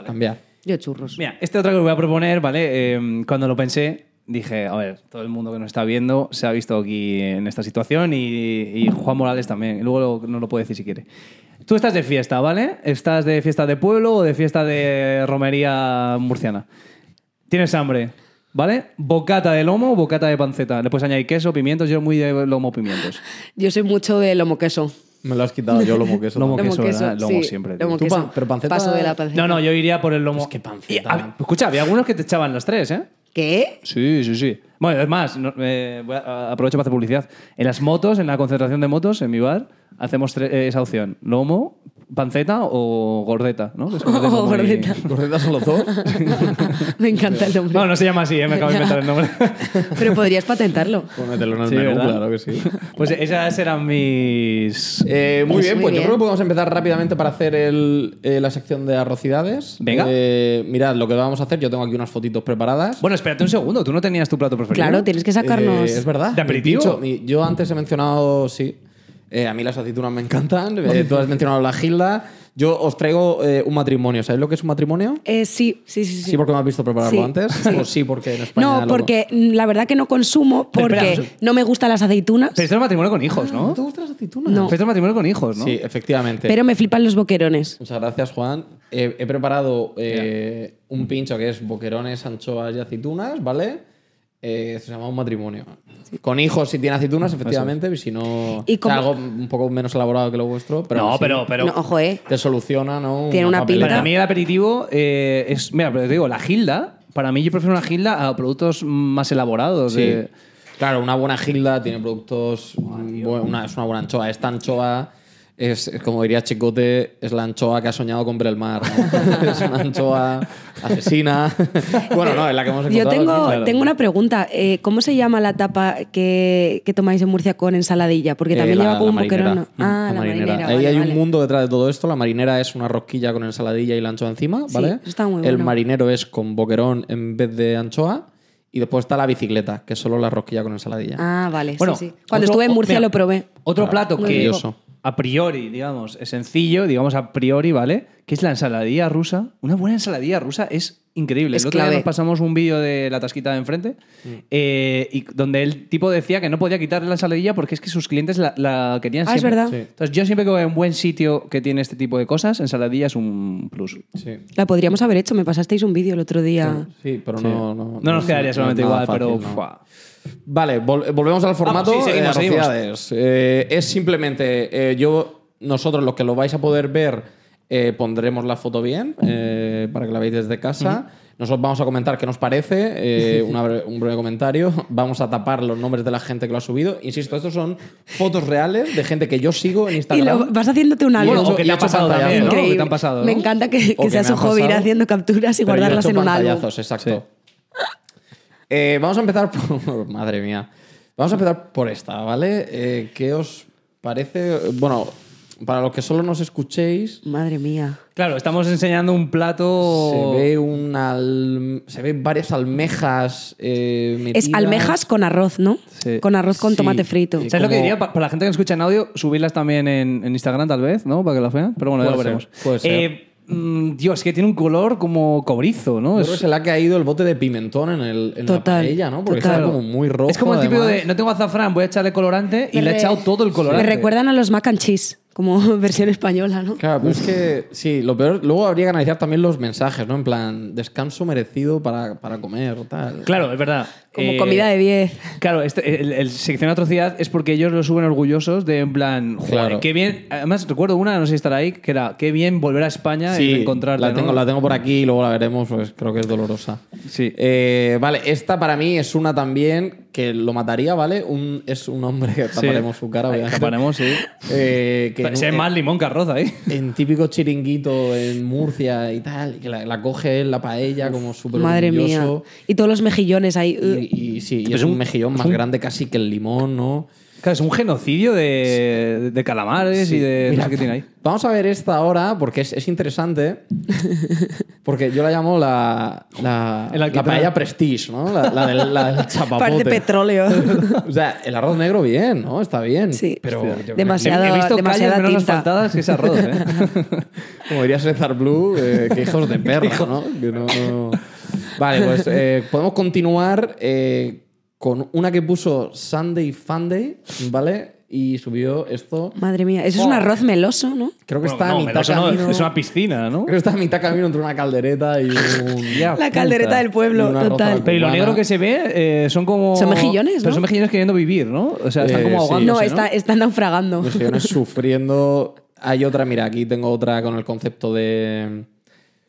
Speaker 4: cambiar.
Speaker 5: Yo churros.
Speaker 3: Mira, este otro que os voy a proponer, ¿vale? Eh, cuando lo pensé, dije, a ver, todo el mundo que nos está viendo se ha visto aquí en esta situación y, y Juan Morales también. Luego lo- nos lo puede decir si quiere. Tú estás de fiesta, ¿vale? ¿Estás de fiesta de pueblo o de fiesta de romería murciana? Tienes hambre, ¿vale? Bocata de lomo, bocata de panceta. Le puedes añadir queso, pimientos. Yo muy de lomo, pimientos.
Speaker 5: Yo soy mucho de lomo queso.
Speaker 4: Me lo has quitado yo lomo queso.
Speaker 3: Lomo
Speaker 4: también.
Speaker 3: queso,
Speaker 5: Lomo queso,
Speaker 3: ¿verdad? Lomo
Speaker 5: sí,
Speaker 3: siempre, tío.
Speaker 5: Lomo
Speaker 4: Tú
Speaker 5: queso.
Speaker 4: pan- pero panceta-
Speaker 5: Paso de la panceta.
Speaker 3: No, no, yo iría por el lomo.
Speaker 4: Pues qué panceta.
Speaker 3: Y, a ver, escucha, había algunos que te echaban las tres, ¿eh?
Speaker 5: ¿Qué?
Speaker 3: Sí, sí, sí. Bueno, es más, no- eh, voy a- a- aprovecho para hacer publicidad. En las motos, en la concentración de motos, en mi bar, hacemos tre- eh, esa opción. Lomo, panceta o gordeta, ¿no? Que es como
Speaker 5: Oh,
Speaker 3: muy-
Speaker 5: gordeta.
Speaker 4: ¿Gorditas son los dos? Pues
Speaker 5: Me encanta el nombre.
Speaker 3: No, no se llama así, ¿eh? me acabo de
Speaker 5: Ya.
Speaker 3: inventar el nombre.
Speaker 5: Pero podrías patentarlo.
Speaker 4: Pónmetelo en el
Speaker 3: Sí,
Speaker 4: menú,
Speaker 3: ¿verdad?
Speaker 4: claro que sí.
Speaker 3: Pues esas eran mis...
Speaker 4: Eh, muy
Speaker 5: Pues
Speaker 4: bien,
Speaker 5: muy
Speaker 4: pues yo
Speaker 5: bien.
Speaker 4: creo que podemos empezar rápidamente para hacer el- eh, la sección de arrocidades.
Speaker 3: Venga.
Speaker 4: Eh, mirad, lo que vamos a hacer, yo tengo aquí unas fotitos preparadas.
Speaker 3: Bueno, espérate un segundo, tú no tenías tu plato preferido.
Speaker 5: Claro, tienes que sacarnos.
Speaker 4: Eh, es verdad.
Speaker 3: ¿De aperitivo?
Speaker 4: Mi pincho, mi- yo antes he mencionado, sí. Eh, a mí las aceitunas me encantan. Eh, tú has mencionado la gilda. Yo os traigo eh, un matrimonio. ¿Sabéis lo que es un matrimonio?
Speaker 5: Eh, sí, sí, sí.
Speaker 4: Sí, porque me has visto prepararlo
Speaker 5: Sí,
Speaker 4: antes.
Speaker 5: sí.
Speaker 4: O sí, porque en España.
Speaker 5: No,
Speaker 4: lo-
Speaker 5: porque mm, la verdad que no consumo
Speaker 3: Pero
Speaker 5: porque
Speaker 3: espera,
Speaker 5: no me gustan las aceitunas,
Speaker 3: Pero esto es matrimonio con hijos, ¿no?
Speaker 4: ¿No te gustan las aceitunas?
Speaker 5: No.
Speaker 3: Pero esto es matrimonio con hijos, ¿no?
Speaker 4: Sí, efectivamente.
Speaker 5: pero me flipan los boquerones.
Speaker 4: Muchas gracias, Juan. He, he preparado eh, un pincho que es boquerones, anchoas y aceitunas, ¿vale? Eh, esto se llama un matrimonio. Con hijos si tiene aceitunas, efectivamente, y si no...
Speaker 5: Y
Speaker 4: o sea,
Speaker 5: como-
Speaker 4: algo un poco menos elaborado que lo vuestro, pero...
Speaker 3: no,
Speaker 4: aún así
Speaker 3: pero, pero...
Speaker 5: No, ojo, eh.
Speaker 4: Te soluciona, ¿no?
Speaker 5: Tiene una pinta.
Speaker 3: Para
Speaker 4: papeleta.
Speaker 5: Claro.
Speaker 3: mí el aperitivo eh, es... Mira, pero te digo, la gilda... Para mí yo prefiero una gilda a productos más elaborados.
Speaker 4: Sí.
Speaker 3: de-
Speaker 4: Claro, una buena gilda tiene productos... bu- una- es una buena anchoa. Esta anchoa... Es, es como diría Chicote, es la anchoa que ha soñado con Brelmar. ¿no? es una anchoa asesina. bueno, no, es la que hemos
Speaker 5: Yo
Speaker 4: encontrado. aquí,
Speaker 5: tengo,
Speaker 4: claro.
Speaker 5: tengo una pregunta. Eh, ¿Cómo se llama la tapa que, que tomáis en Murcia con ensaladilla? Porque también
Speaker 4: Eh, la-
Speaker 5: lleva como
Speaker 4: la
Speaker 5: un
Speaker 4: marinera.
Speaker 5: boquerón.
Speaker 3: Mm,
Speaker 5: Ah, la, marinera.
Speaker 4: Ahí
Speaker 5: vale,
Speaker 4: hay
Speaker 5: vale.
Speaker 4: un mundo detrás de todo esto. La marinera es una rosquilla con ensaladilla y la anchoa encima,
Speaker 5: Sí,
Speaker 4: ¿vale?
Speaker 5: eso está muy
Speaker 4: El
Speaker 5: bueno.
Speaker 4: marinero es con boquerón en vez de anchoa. Y después está la bicicleta, que es solo la rosquilla con ensaladilla.
Speaker 5: Ah, vale. sí,
Speaker 3: Bueno,
Speaker 5: sí, Cuando
Speaker 3: otro-
Speaker 5: estuve en
Speaker 3: o-
Speaker 5: Murcia
Speaker 3: mira,
Speaker 5: lo probé.
Speaker 3: Otro
Speaker 4: Ah,
Speaker 3: plato
Speaker 4: muy
Speaker 3: que
Speaker 4: curioso.
Speaker 3: a priori, digamos, es sencillo, digamos a priori, ¿vale? Que es la ensaladilla rusa. Una buena ensaladilla rusa es increíble.
Speaker 5: Es
Speaker 3: el otro día
Speaker 5: clave.
Speaker 3: nos pasamos un vídeo de la tasquita de enfrente,
Speaker 4: Mm.
Speaker 3: eh, y donde el tipo decía que no podía quitarle la saladilla porque es que sus clientes la, la querían
Speaker 5: Ah, es
Speaker 3: siempre.
Speaker 5: verdad. Sí.
Speaker 3: Entonces, yo siempre que voy a un buen sitio que tiene este tipo de cosas, ensaladilla es un plus.
Speaker 4: Sí.
Speaker 5: La podríamos haber hecho, me pasasteis un vídeo el otro día.
Speaker 4: Sí, pero No, no,
Speaker 3: No nos quedaría
Speaker 4: es
Speaker 3: solamente
Speaker 4: nada
Speaker 3: igual, pero.
Speaker 4: fácil, no.
Speaker 3: ¡fua!
Speaker 4: Vale, vol- volvemos al formato.
Speaker 3: sí, seguimos,
Speaker 4: eh,
Speaker 3: seguimos.
Speaker 4: Rociades. Eh, es simplemente, eh, yo, nosotros los que lo vais a poder ver, eh, pondremos la foto bien eh, para que la veáis desde casa. Nosotros vamos a comentar qué nos parece, eh, una bre- un breve comentario. Vamos a tapar los nombres de la gente que lo ha subido. Insisto, estos son fotos reales de gente que yo sigo en
Speaker 5: Y
Speaker 4: Instagram.
Speaker 5: lo, vas haciéndote un
Speaker 3: Bueno,
Speaker 5: álbum.
Speaker 3: o que te
Speaker 4: y
Speaker 3: ha
Speaker 4: hecho
Speaker 3: pasado también, ¿no? O
Speaker 4: pantallazos.
Speaker 3: que
Speaker 5: Increíble.
Speaker 3: te han pasado. ¿no?
Speaker 5: Me encanta que,
Speaker 4: O
Speaker 5: que
Speaker 4: que
Speaker 5: sea
Speaker 4: me
Speaker 5: su
Speaker 4: han
Speaker 5: hobby ir
Speaker 4: pasado.
Speaker 5: haciendo capturas y
Speaker 4: Pero yo
Speaker 5: guardarlas
Speaker 4: he hecho
Speaker 5: en un álbum.
Speaker 4: pantallazos, exacto. Eh, vamos a empezar por. Madre mía. Vamos a empezar por esta, ¿vale? Eh, ¿Qué os parece? Bueno, para los que solo nos escuchéis,
Speaker 5: Madre mía.
Speaker 3: Claro, estamos enseñando un
Speaker 5: Oh.
Speaker 3: plato.
Speaker 4: se ve una. alm- Se ven varias almejas. eh,
Speaker 5: Es
Speaker 4: metidas.
Speaker 5: almejas con arroz, ¿no?
Speaker 3: Sí.
Speaker 5: Con arroz con
Speaker 4: Sí.
Speaker 5: tomate frito.
Speaker 4: Sí.
Speaker 3: ¿Sabes lo que
Speaker 4: como-
Speaker 3: diría? Pa- Para la gente que nos escucha en audio, subirlas también en, en Instagram, tal vez, ¿no? Para que las vean. Pero bueno, ya lo
Speaker 4: Puede
Speaker 3: veremos.
Speaker 4: ser, puede ser.
Speaker 3: Eh, mm, Dios, que tiene un color como cobrizo, ¿no?
Speaker 4: Yo
Speaker 3: Es-
Speaker 4: creo que se le ha caído el bote de pimentón en, el, en la
Speaker 5: Total,
Speaker 4: paella, ¿no? Porque
Speaker 5: total.
Speaker 4: está como muy rojo.
Speaker 3: es como el típico de
Speaker 4: además.
Speaker 3: no tengo azafrán, voy a echarle colorante y le he
Speaker 5: re-
Speaker 3: echado todo el
Speaker 5: Me
Speaker 3: colorante.
Speaker 5: recuerdan a los mac and cheese, como versión española, ¿no?
Speaker 4: Claro, pero es que sí, lo peor. Luego habría que analizar también los mensajes, ¿no? En plan, descanso merecido para, para comer, tal.
Speaker 3: Claro, es verdad.
Speaker 5: Como
Speaker 3: Eh,
Speaker 5: comida de 10.
Speaker 3: Claro, este- el, el sección atrocidad es porque ellos lo suben orgullosos de en plan, joder,
Speaker 4: Claro.
Speaker 3: qué bien. Además, recuerdo una, no sé si estará ahí, que era, qué bien volver a España y encontrarte.
Speaker 4: La tengo,
Speaker 3: ¿no?
Speaker 4: la tengo por aquí y luego la veremos, pues creo que es dolorosa.
Speaker 3: Sí.
Speaker 4: Eh, vale, esta para mí es una también que lo mataría, ¿vale? Un, es un hombre que
Speaker 3: Sí.
Speaker 4: taparemos su cara, obviamente.
Speaker 3: Taparemos, sí.
Speaker 4: Eh, que en
Speaker 3: Ese es
Speaker 4: un-
Speaker 3: más limón que arroz ahí.
Speaker 4: en típico chiringuito en Murcia y tal, y que la, la coge él, la paella, como súper
Speaker 5: Madre mía.
Speaker 4: orgulloso.
Speaker 5: Y todos los mejillones ahí. uh.
Speaker 4: Y, y sí, y
Speaker 3: Pero
Speaker 4: es
Speaker 3: es
Speaker 4: un,
Speaker 3: un-
Speaker 4: mejillón
Speaker 3: es
Speaker 4: más
Speaker 3: un-
Speaker 4: grande casi que el limón, ¿no?
Speaker 3: Claro, es un genocidio de, de calamares y de. no
Speaker 4: Mira,
Speaker 3: sé qué tiene ahí.
Speaker 4: Vamos a ver esta ahora porque es, es interesante. Porque yo la llamo la, la,
Speaker 3: El
Speaker 4: la
Speaker 3: alquitrán.
Speaker 4: paella prestige, ¿no? La, la del, la del chapapote.
Speaker 5: uh, Par de petróleo.
Speaker 4: O sea, el arroz negro bien, ¿no? Está bien.
Speaker 5: Sí.
Speaker 4: Pero yo-
Speaker 5: Demasiado,
Speaker 3: He visto
Speaker 5: demasiada
Speaker 3: calles menos
Speaker 5: tinta.
Speaker 3: asfaltadas que ese arroz, ¿eh?
Speaker 4: como diría César Blue, eh, que hijos de perra, ¿no? Que no- no- Vale, pues eh, podemos continuar eh, con una que puso Sunday Funday, ¿vale? Y subió esto.
Speaker 5: Madre mía. Eso es un arroz meloso, ¿no?
Speaker 4: Creo que
Speaker 3: Bueno,
Speaker 4: está
Speaker 3: no,
Speaker 4: a mitad
Speaker 3: meloso no,
Speaker 4: camino.
Speaker 3: es una piscina, ¿no?
Speaker 4: Creo que está a mitad camino entre una caldereta y un.
Speaker 5: La caldereta del pueblo,
Speaker 4: Y una roza
Speaker 5: total.
Speaker 3: Pero y lo
Speaker 4: cubana.
Speaker 3: negro que se ve eh, son como.
Speaker 5: Son mejillones, ¿no?
Speaker 3: Pero son mejillones queriendo vivir, ¿no? O sea, están
Speaker 4: Eh,
Speaker 3: como
Speaker 4: sí.
Speaker 3: ahogándose.
Speaker 4: No,
Speaker 5: No, está, está naufragando.
Speaker 4: Los sillones sufriendo. Hay otra, mira, aquí tengo otra con el concepto de.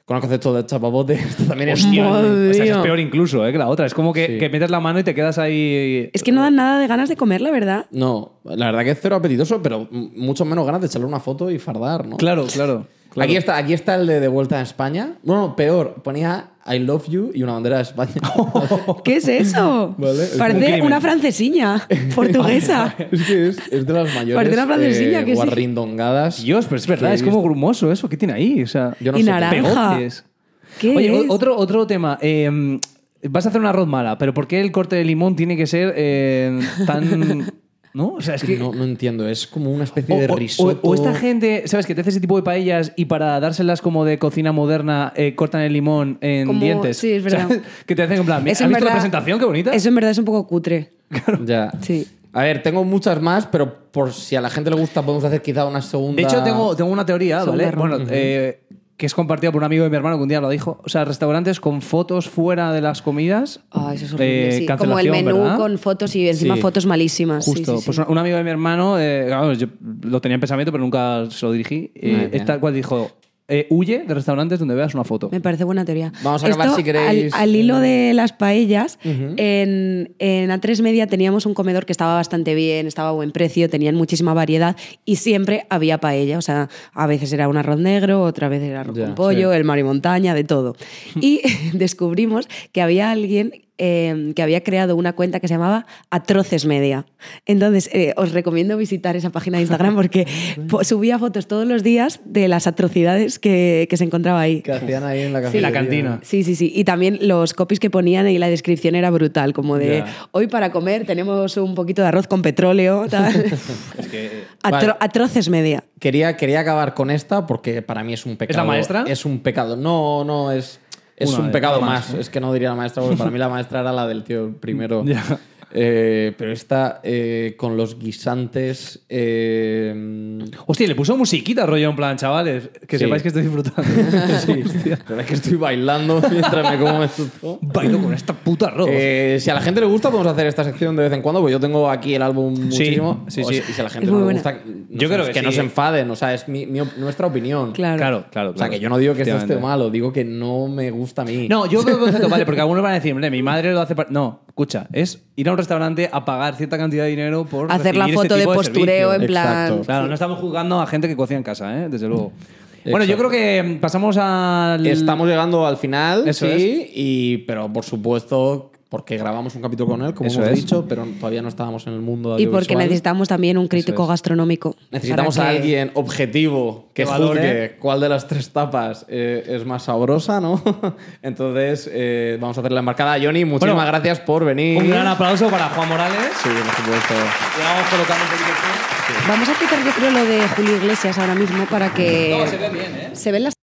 Speaker 4: Con el concepto de chapapote. Esto también es.
Speaker 3: Hostia,
Speaker 5: Madre
Speaker 3: o sea, que es
Speaker 5: mía.
Speaker 3: peor incluso eh, que la otra. Es como que,
Speaker 4: Sí.
Speaker 3: que metes la mano y te quedas ahí.
Speaker 5: Es que no dan nada de ganas de comer, la verdad.
Speaker 4: No, la verdad que es cero apetitoso, pero m- mucho menos ganas de echarle una foto y fardar, ¿no?
Speaker 3: Claro, claro. claro.
Speaker 4: Aquí, está, aquí está el de De Vuelta a España. Bueno, peor, ponía I love you y una bandera de España.
Speaker 5: ¿Qué es eso?
Speaker 4: Vale, es
Speaker 3: un
Speaker 5: Parece
Speaker 3: crimen.
Speaker 5: una francesiña portuguesa.
Speaker 4: es que es, es de las mayores. eh,
Speaker 5: Parece una francesilla que sí.
Speaker 4: guarrindongadas.
Speaker 3: Dios, pero es verdad,
Speaker 4: que he
Speaker 3: es como grumoso eso. ¿Qué tiene ahí? O sea,
Speaker 4: Yo no
Speaker 5: y
Speaker 4: sé qué
Speaker 5: naranja.
Speaker 3: pegotes.
Speaker 5: ¿Qué
Speaker 3: Oye, o-
Speaker 5: es?
Speaker 3: otro, otro tema. eh, vas a hacer una arroz mala, pero ¿por qué el corte de limón tiene que ser eh, tan. ¿No? O sea, es que.
Speaker 4: No, no entiendo, es como una especie
Speaker 3: O,
Speaker 4: de
Speaker 3: o-
Speaker 4: risotto.
Speaker 3: o- o esta gente, ¿sabes? Que te hace ese tipo de paellas y para dárselas como de cocina moderna eh, cortan el limón en
Speaker 5: Como-
Speaker 3: dientes.
Speaker 5: sí, es verdad.
Speaker 3: ¿Sabes? Que te hacen en plan, ¿has
Speaker 5: en
Speaker 3: visto la
Speaker 5: verdad-
Speaker 3: presentación? Qué bonita.
Speaker 5: Eso en verdad es un poco cutre.
Speaker 4: Ya.
Speaker 5: Sí.
Speaker 4: A ver, tengo muchas más, pero por si a la gente le gusta, podemos hacer quizá una segunda.
Speaker 3: De hecho, tengo, tengo una teoría,
Speaker 5: Segunda
Speaker 3: ¿vale?
Speaker 5: ronda.
Speaker 3: Bueno, eh, que es compartida por un amigo de mi hermano que un día lo dijo. O sea, restaurantes con fotos fuera de las comidas.
Speaker 5: Ah, eso es horrible.
Speaker 3: eh,
Speaker 5: sí. Como el
Speaker 3: cancelación,
Speaker 5: menú
Speaker 3: ¿verdad?
Speaker 5: con fotos y encima
Speaker 4: Ah, Sí.
Speaker 5: fotos malísimas. Sí,
Speaker 3: Justo.
Speaker 5: sí, sí.
Speaker 3: Pues un, un amigo de mi hermano, eh, claro, yo lo tenía en pensamiento, pero nunca se lo dirigí. Eh,
Speaker 4: Madre
Speaker 3: es tal cual dijo: eh, huye de restaurantes donde veas una foto.
Speaker 5: Me parece buena teoría.
Speaker 4: Vamos a acabar, si queréis.
Speaker 5: Al, al hilo de las paellas, en, en A3 Media teníamos un comedor que estaba bastante bien, estaba a buen precio, tenían muchísima variedad y siempre había paella. O sea, a veces era un arroz negro, otra vez era arroz
Speaker 4: Ya,
Speaker 5: con pollo, el mar y montaña, de todo. Y descubrimos que había alguien. eh, que había creado una cuenta que se llamaba Atroces Media. Entonces, eh, os recomiendo visitar esa página de Instagram porque po- subía fotos todos los días de las atrocidades que, que se encontraba ahí.
Speaker 4: Que hacían ahí en la
Speaker 3: Sí, la
Speaker 4: cafetería.
Speaker 3: cantina.
Speaker 5: Sí, sí, sí. Y también los copies que ponían y la descripción era brutal, como de
Speaker 3: Ya.
Speaker 5: hoy para comer tenemos un poquito de arroz con petróleo, tal. Atro-
Speaker 3: eh,
Speaker 4: Vale.
Speaker 5: Atroces media.
Speaker 4: Quería, quería acabar con esta porque para mí es un pecado.
Speaker 3: maestra?
Speaker 4: Es un pecado. No, no, es. Es
Speaker 3: Una
Speaker 4: un
Speaker 3: de-
Speaker 4: pecado
Speaker 3: una
Speaker 4: más. Es que no diría la maestra, porque para mí la maestra era la del tío primero.
Speaker 3: Ya.
Speaker 4: Eh, pero esta eh, con los guisantes. eh,
Speaker 3: Hostia, le puso musiquita rollo en plan, chavales, que
Speaker 4: Sí.
Speaker 3: sepáis que estoy disfrutando. sí, hostia.
Speaker 4: la verdad es que estoy bailando mientras me como esto.
Speaker 3: Bailo con esta puta arroz.
Speaker 4: Eh, si a la gente le gusta, podemos hacer esta sección de vez en cuando, porque yo tengo aquí el álbum muchísimo.
Speaker 3: sí,
Speaker 4: O
Speaker 3: sí.
Speaker 4: si- Y si a la gente
Speaker 5: Es
Speaker 4: no
Speaker 5: muy
Speaker 4: le gusta,
Speaker 5: buena.
Speaker 4: no
Speaker 3: Yo
Speaker 4: sé,
Speaker 3: creo
Speaker 4: es
Speaker 3: que
Speaker 4: que no
Speaker 3: sí.
Speaker 4: se enfaden, o sea, es mi- mi op- nuestra opinión.
Speaker 5: Claro.
Speaker 3: Claro, claro,
Speaker 4: O sea,
Speaker 3: claro.
Speaker 4: que yo no digo que esto esté
Speaker 3: Efectivamente.
Speaker 4: malo, digo que no me gusta a mí.
Speaker 3: No, yo creo que el concepto, vale, porque algunos van a decir, hombre, mi madre lo hace para... No, escucha, es ir a un restaurante a pagar cierta cantidad de dinero por
Speaker 5: Hacer la
Speaker 3: recibir este
Speaker 5: foto de
Speaker 3: tipo
Speaker 5: postureo
Speaker 3: servicio.
Speaker 5: en plan.
Speaker 4: Exacto.
Speaker 3: Claro, no estamos juzgando a gente que cocina en casa, ¿eh? desde luego. Bueno, yo creo que mm, pasamos al...
Speaker 4: Estamos llegando al final,
Speaker 3: Eso
Speaker 4: sí, y, pero por supuesto, porque grabamos un capítulo con él, como
Speaker 3: Eso
Speaker 4: hemos
Speaker 3: es.
Speaker 4: dicho, pero todavía no estábamos en el mundo
Speaker 5: Y porque
Speaker 4: audiovisual.
Speaker 5: necesitamos también un crítico
Speaker 4: es.
Speaker 5: gastronómico.
Speaker 4: Necesitamos
Speaker 5: para
Speaker 4: a
Speaker 5: que-
Speaker 4: alguien objetivo que
Speaker 3: Que valore.
Speaker 4: juzgue cuál de las tres tapas eh, es más sabrosa, ¿no? Entonces, eh, vamos a hacer la embarcada. Johnny, muchísimas
Speaker 3: Bueno,
Speaker 4: gracias por venir.
Speaker 3: Un gran aplauso para Juan Morales.
Speaker 4: Sí, por supuesto.
Speaker 3: Le vamos colocando un poquito
Speaker 5: Vamos a quitar, yo creo, lo de Julio Iglesias ahora mismo para que.
Speaker 3: No, se ve bien, ¿eh?
Speaker 5: Se ven las.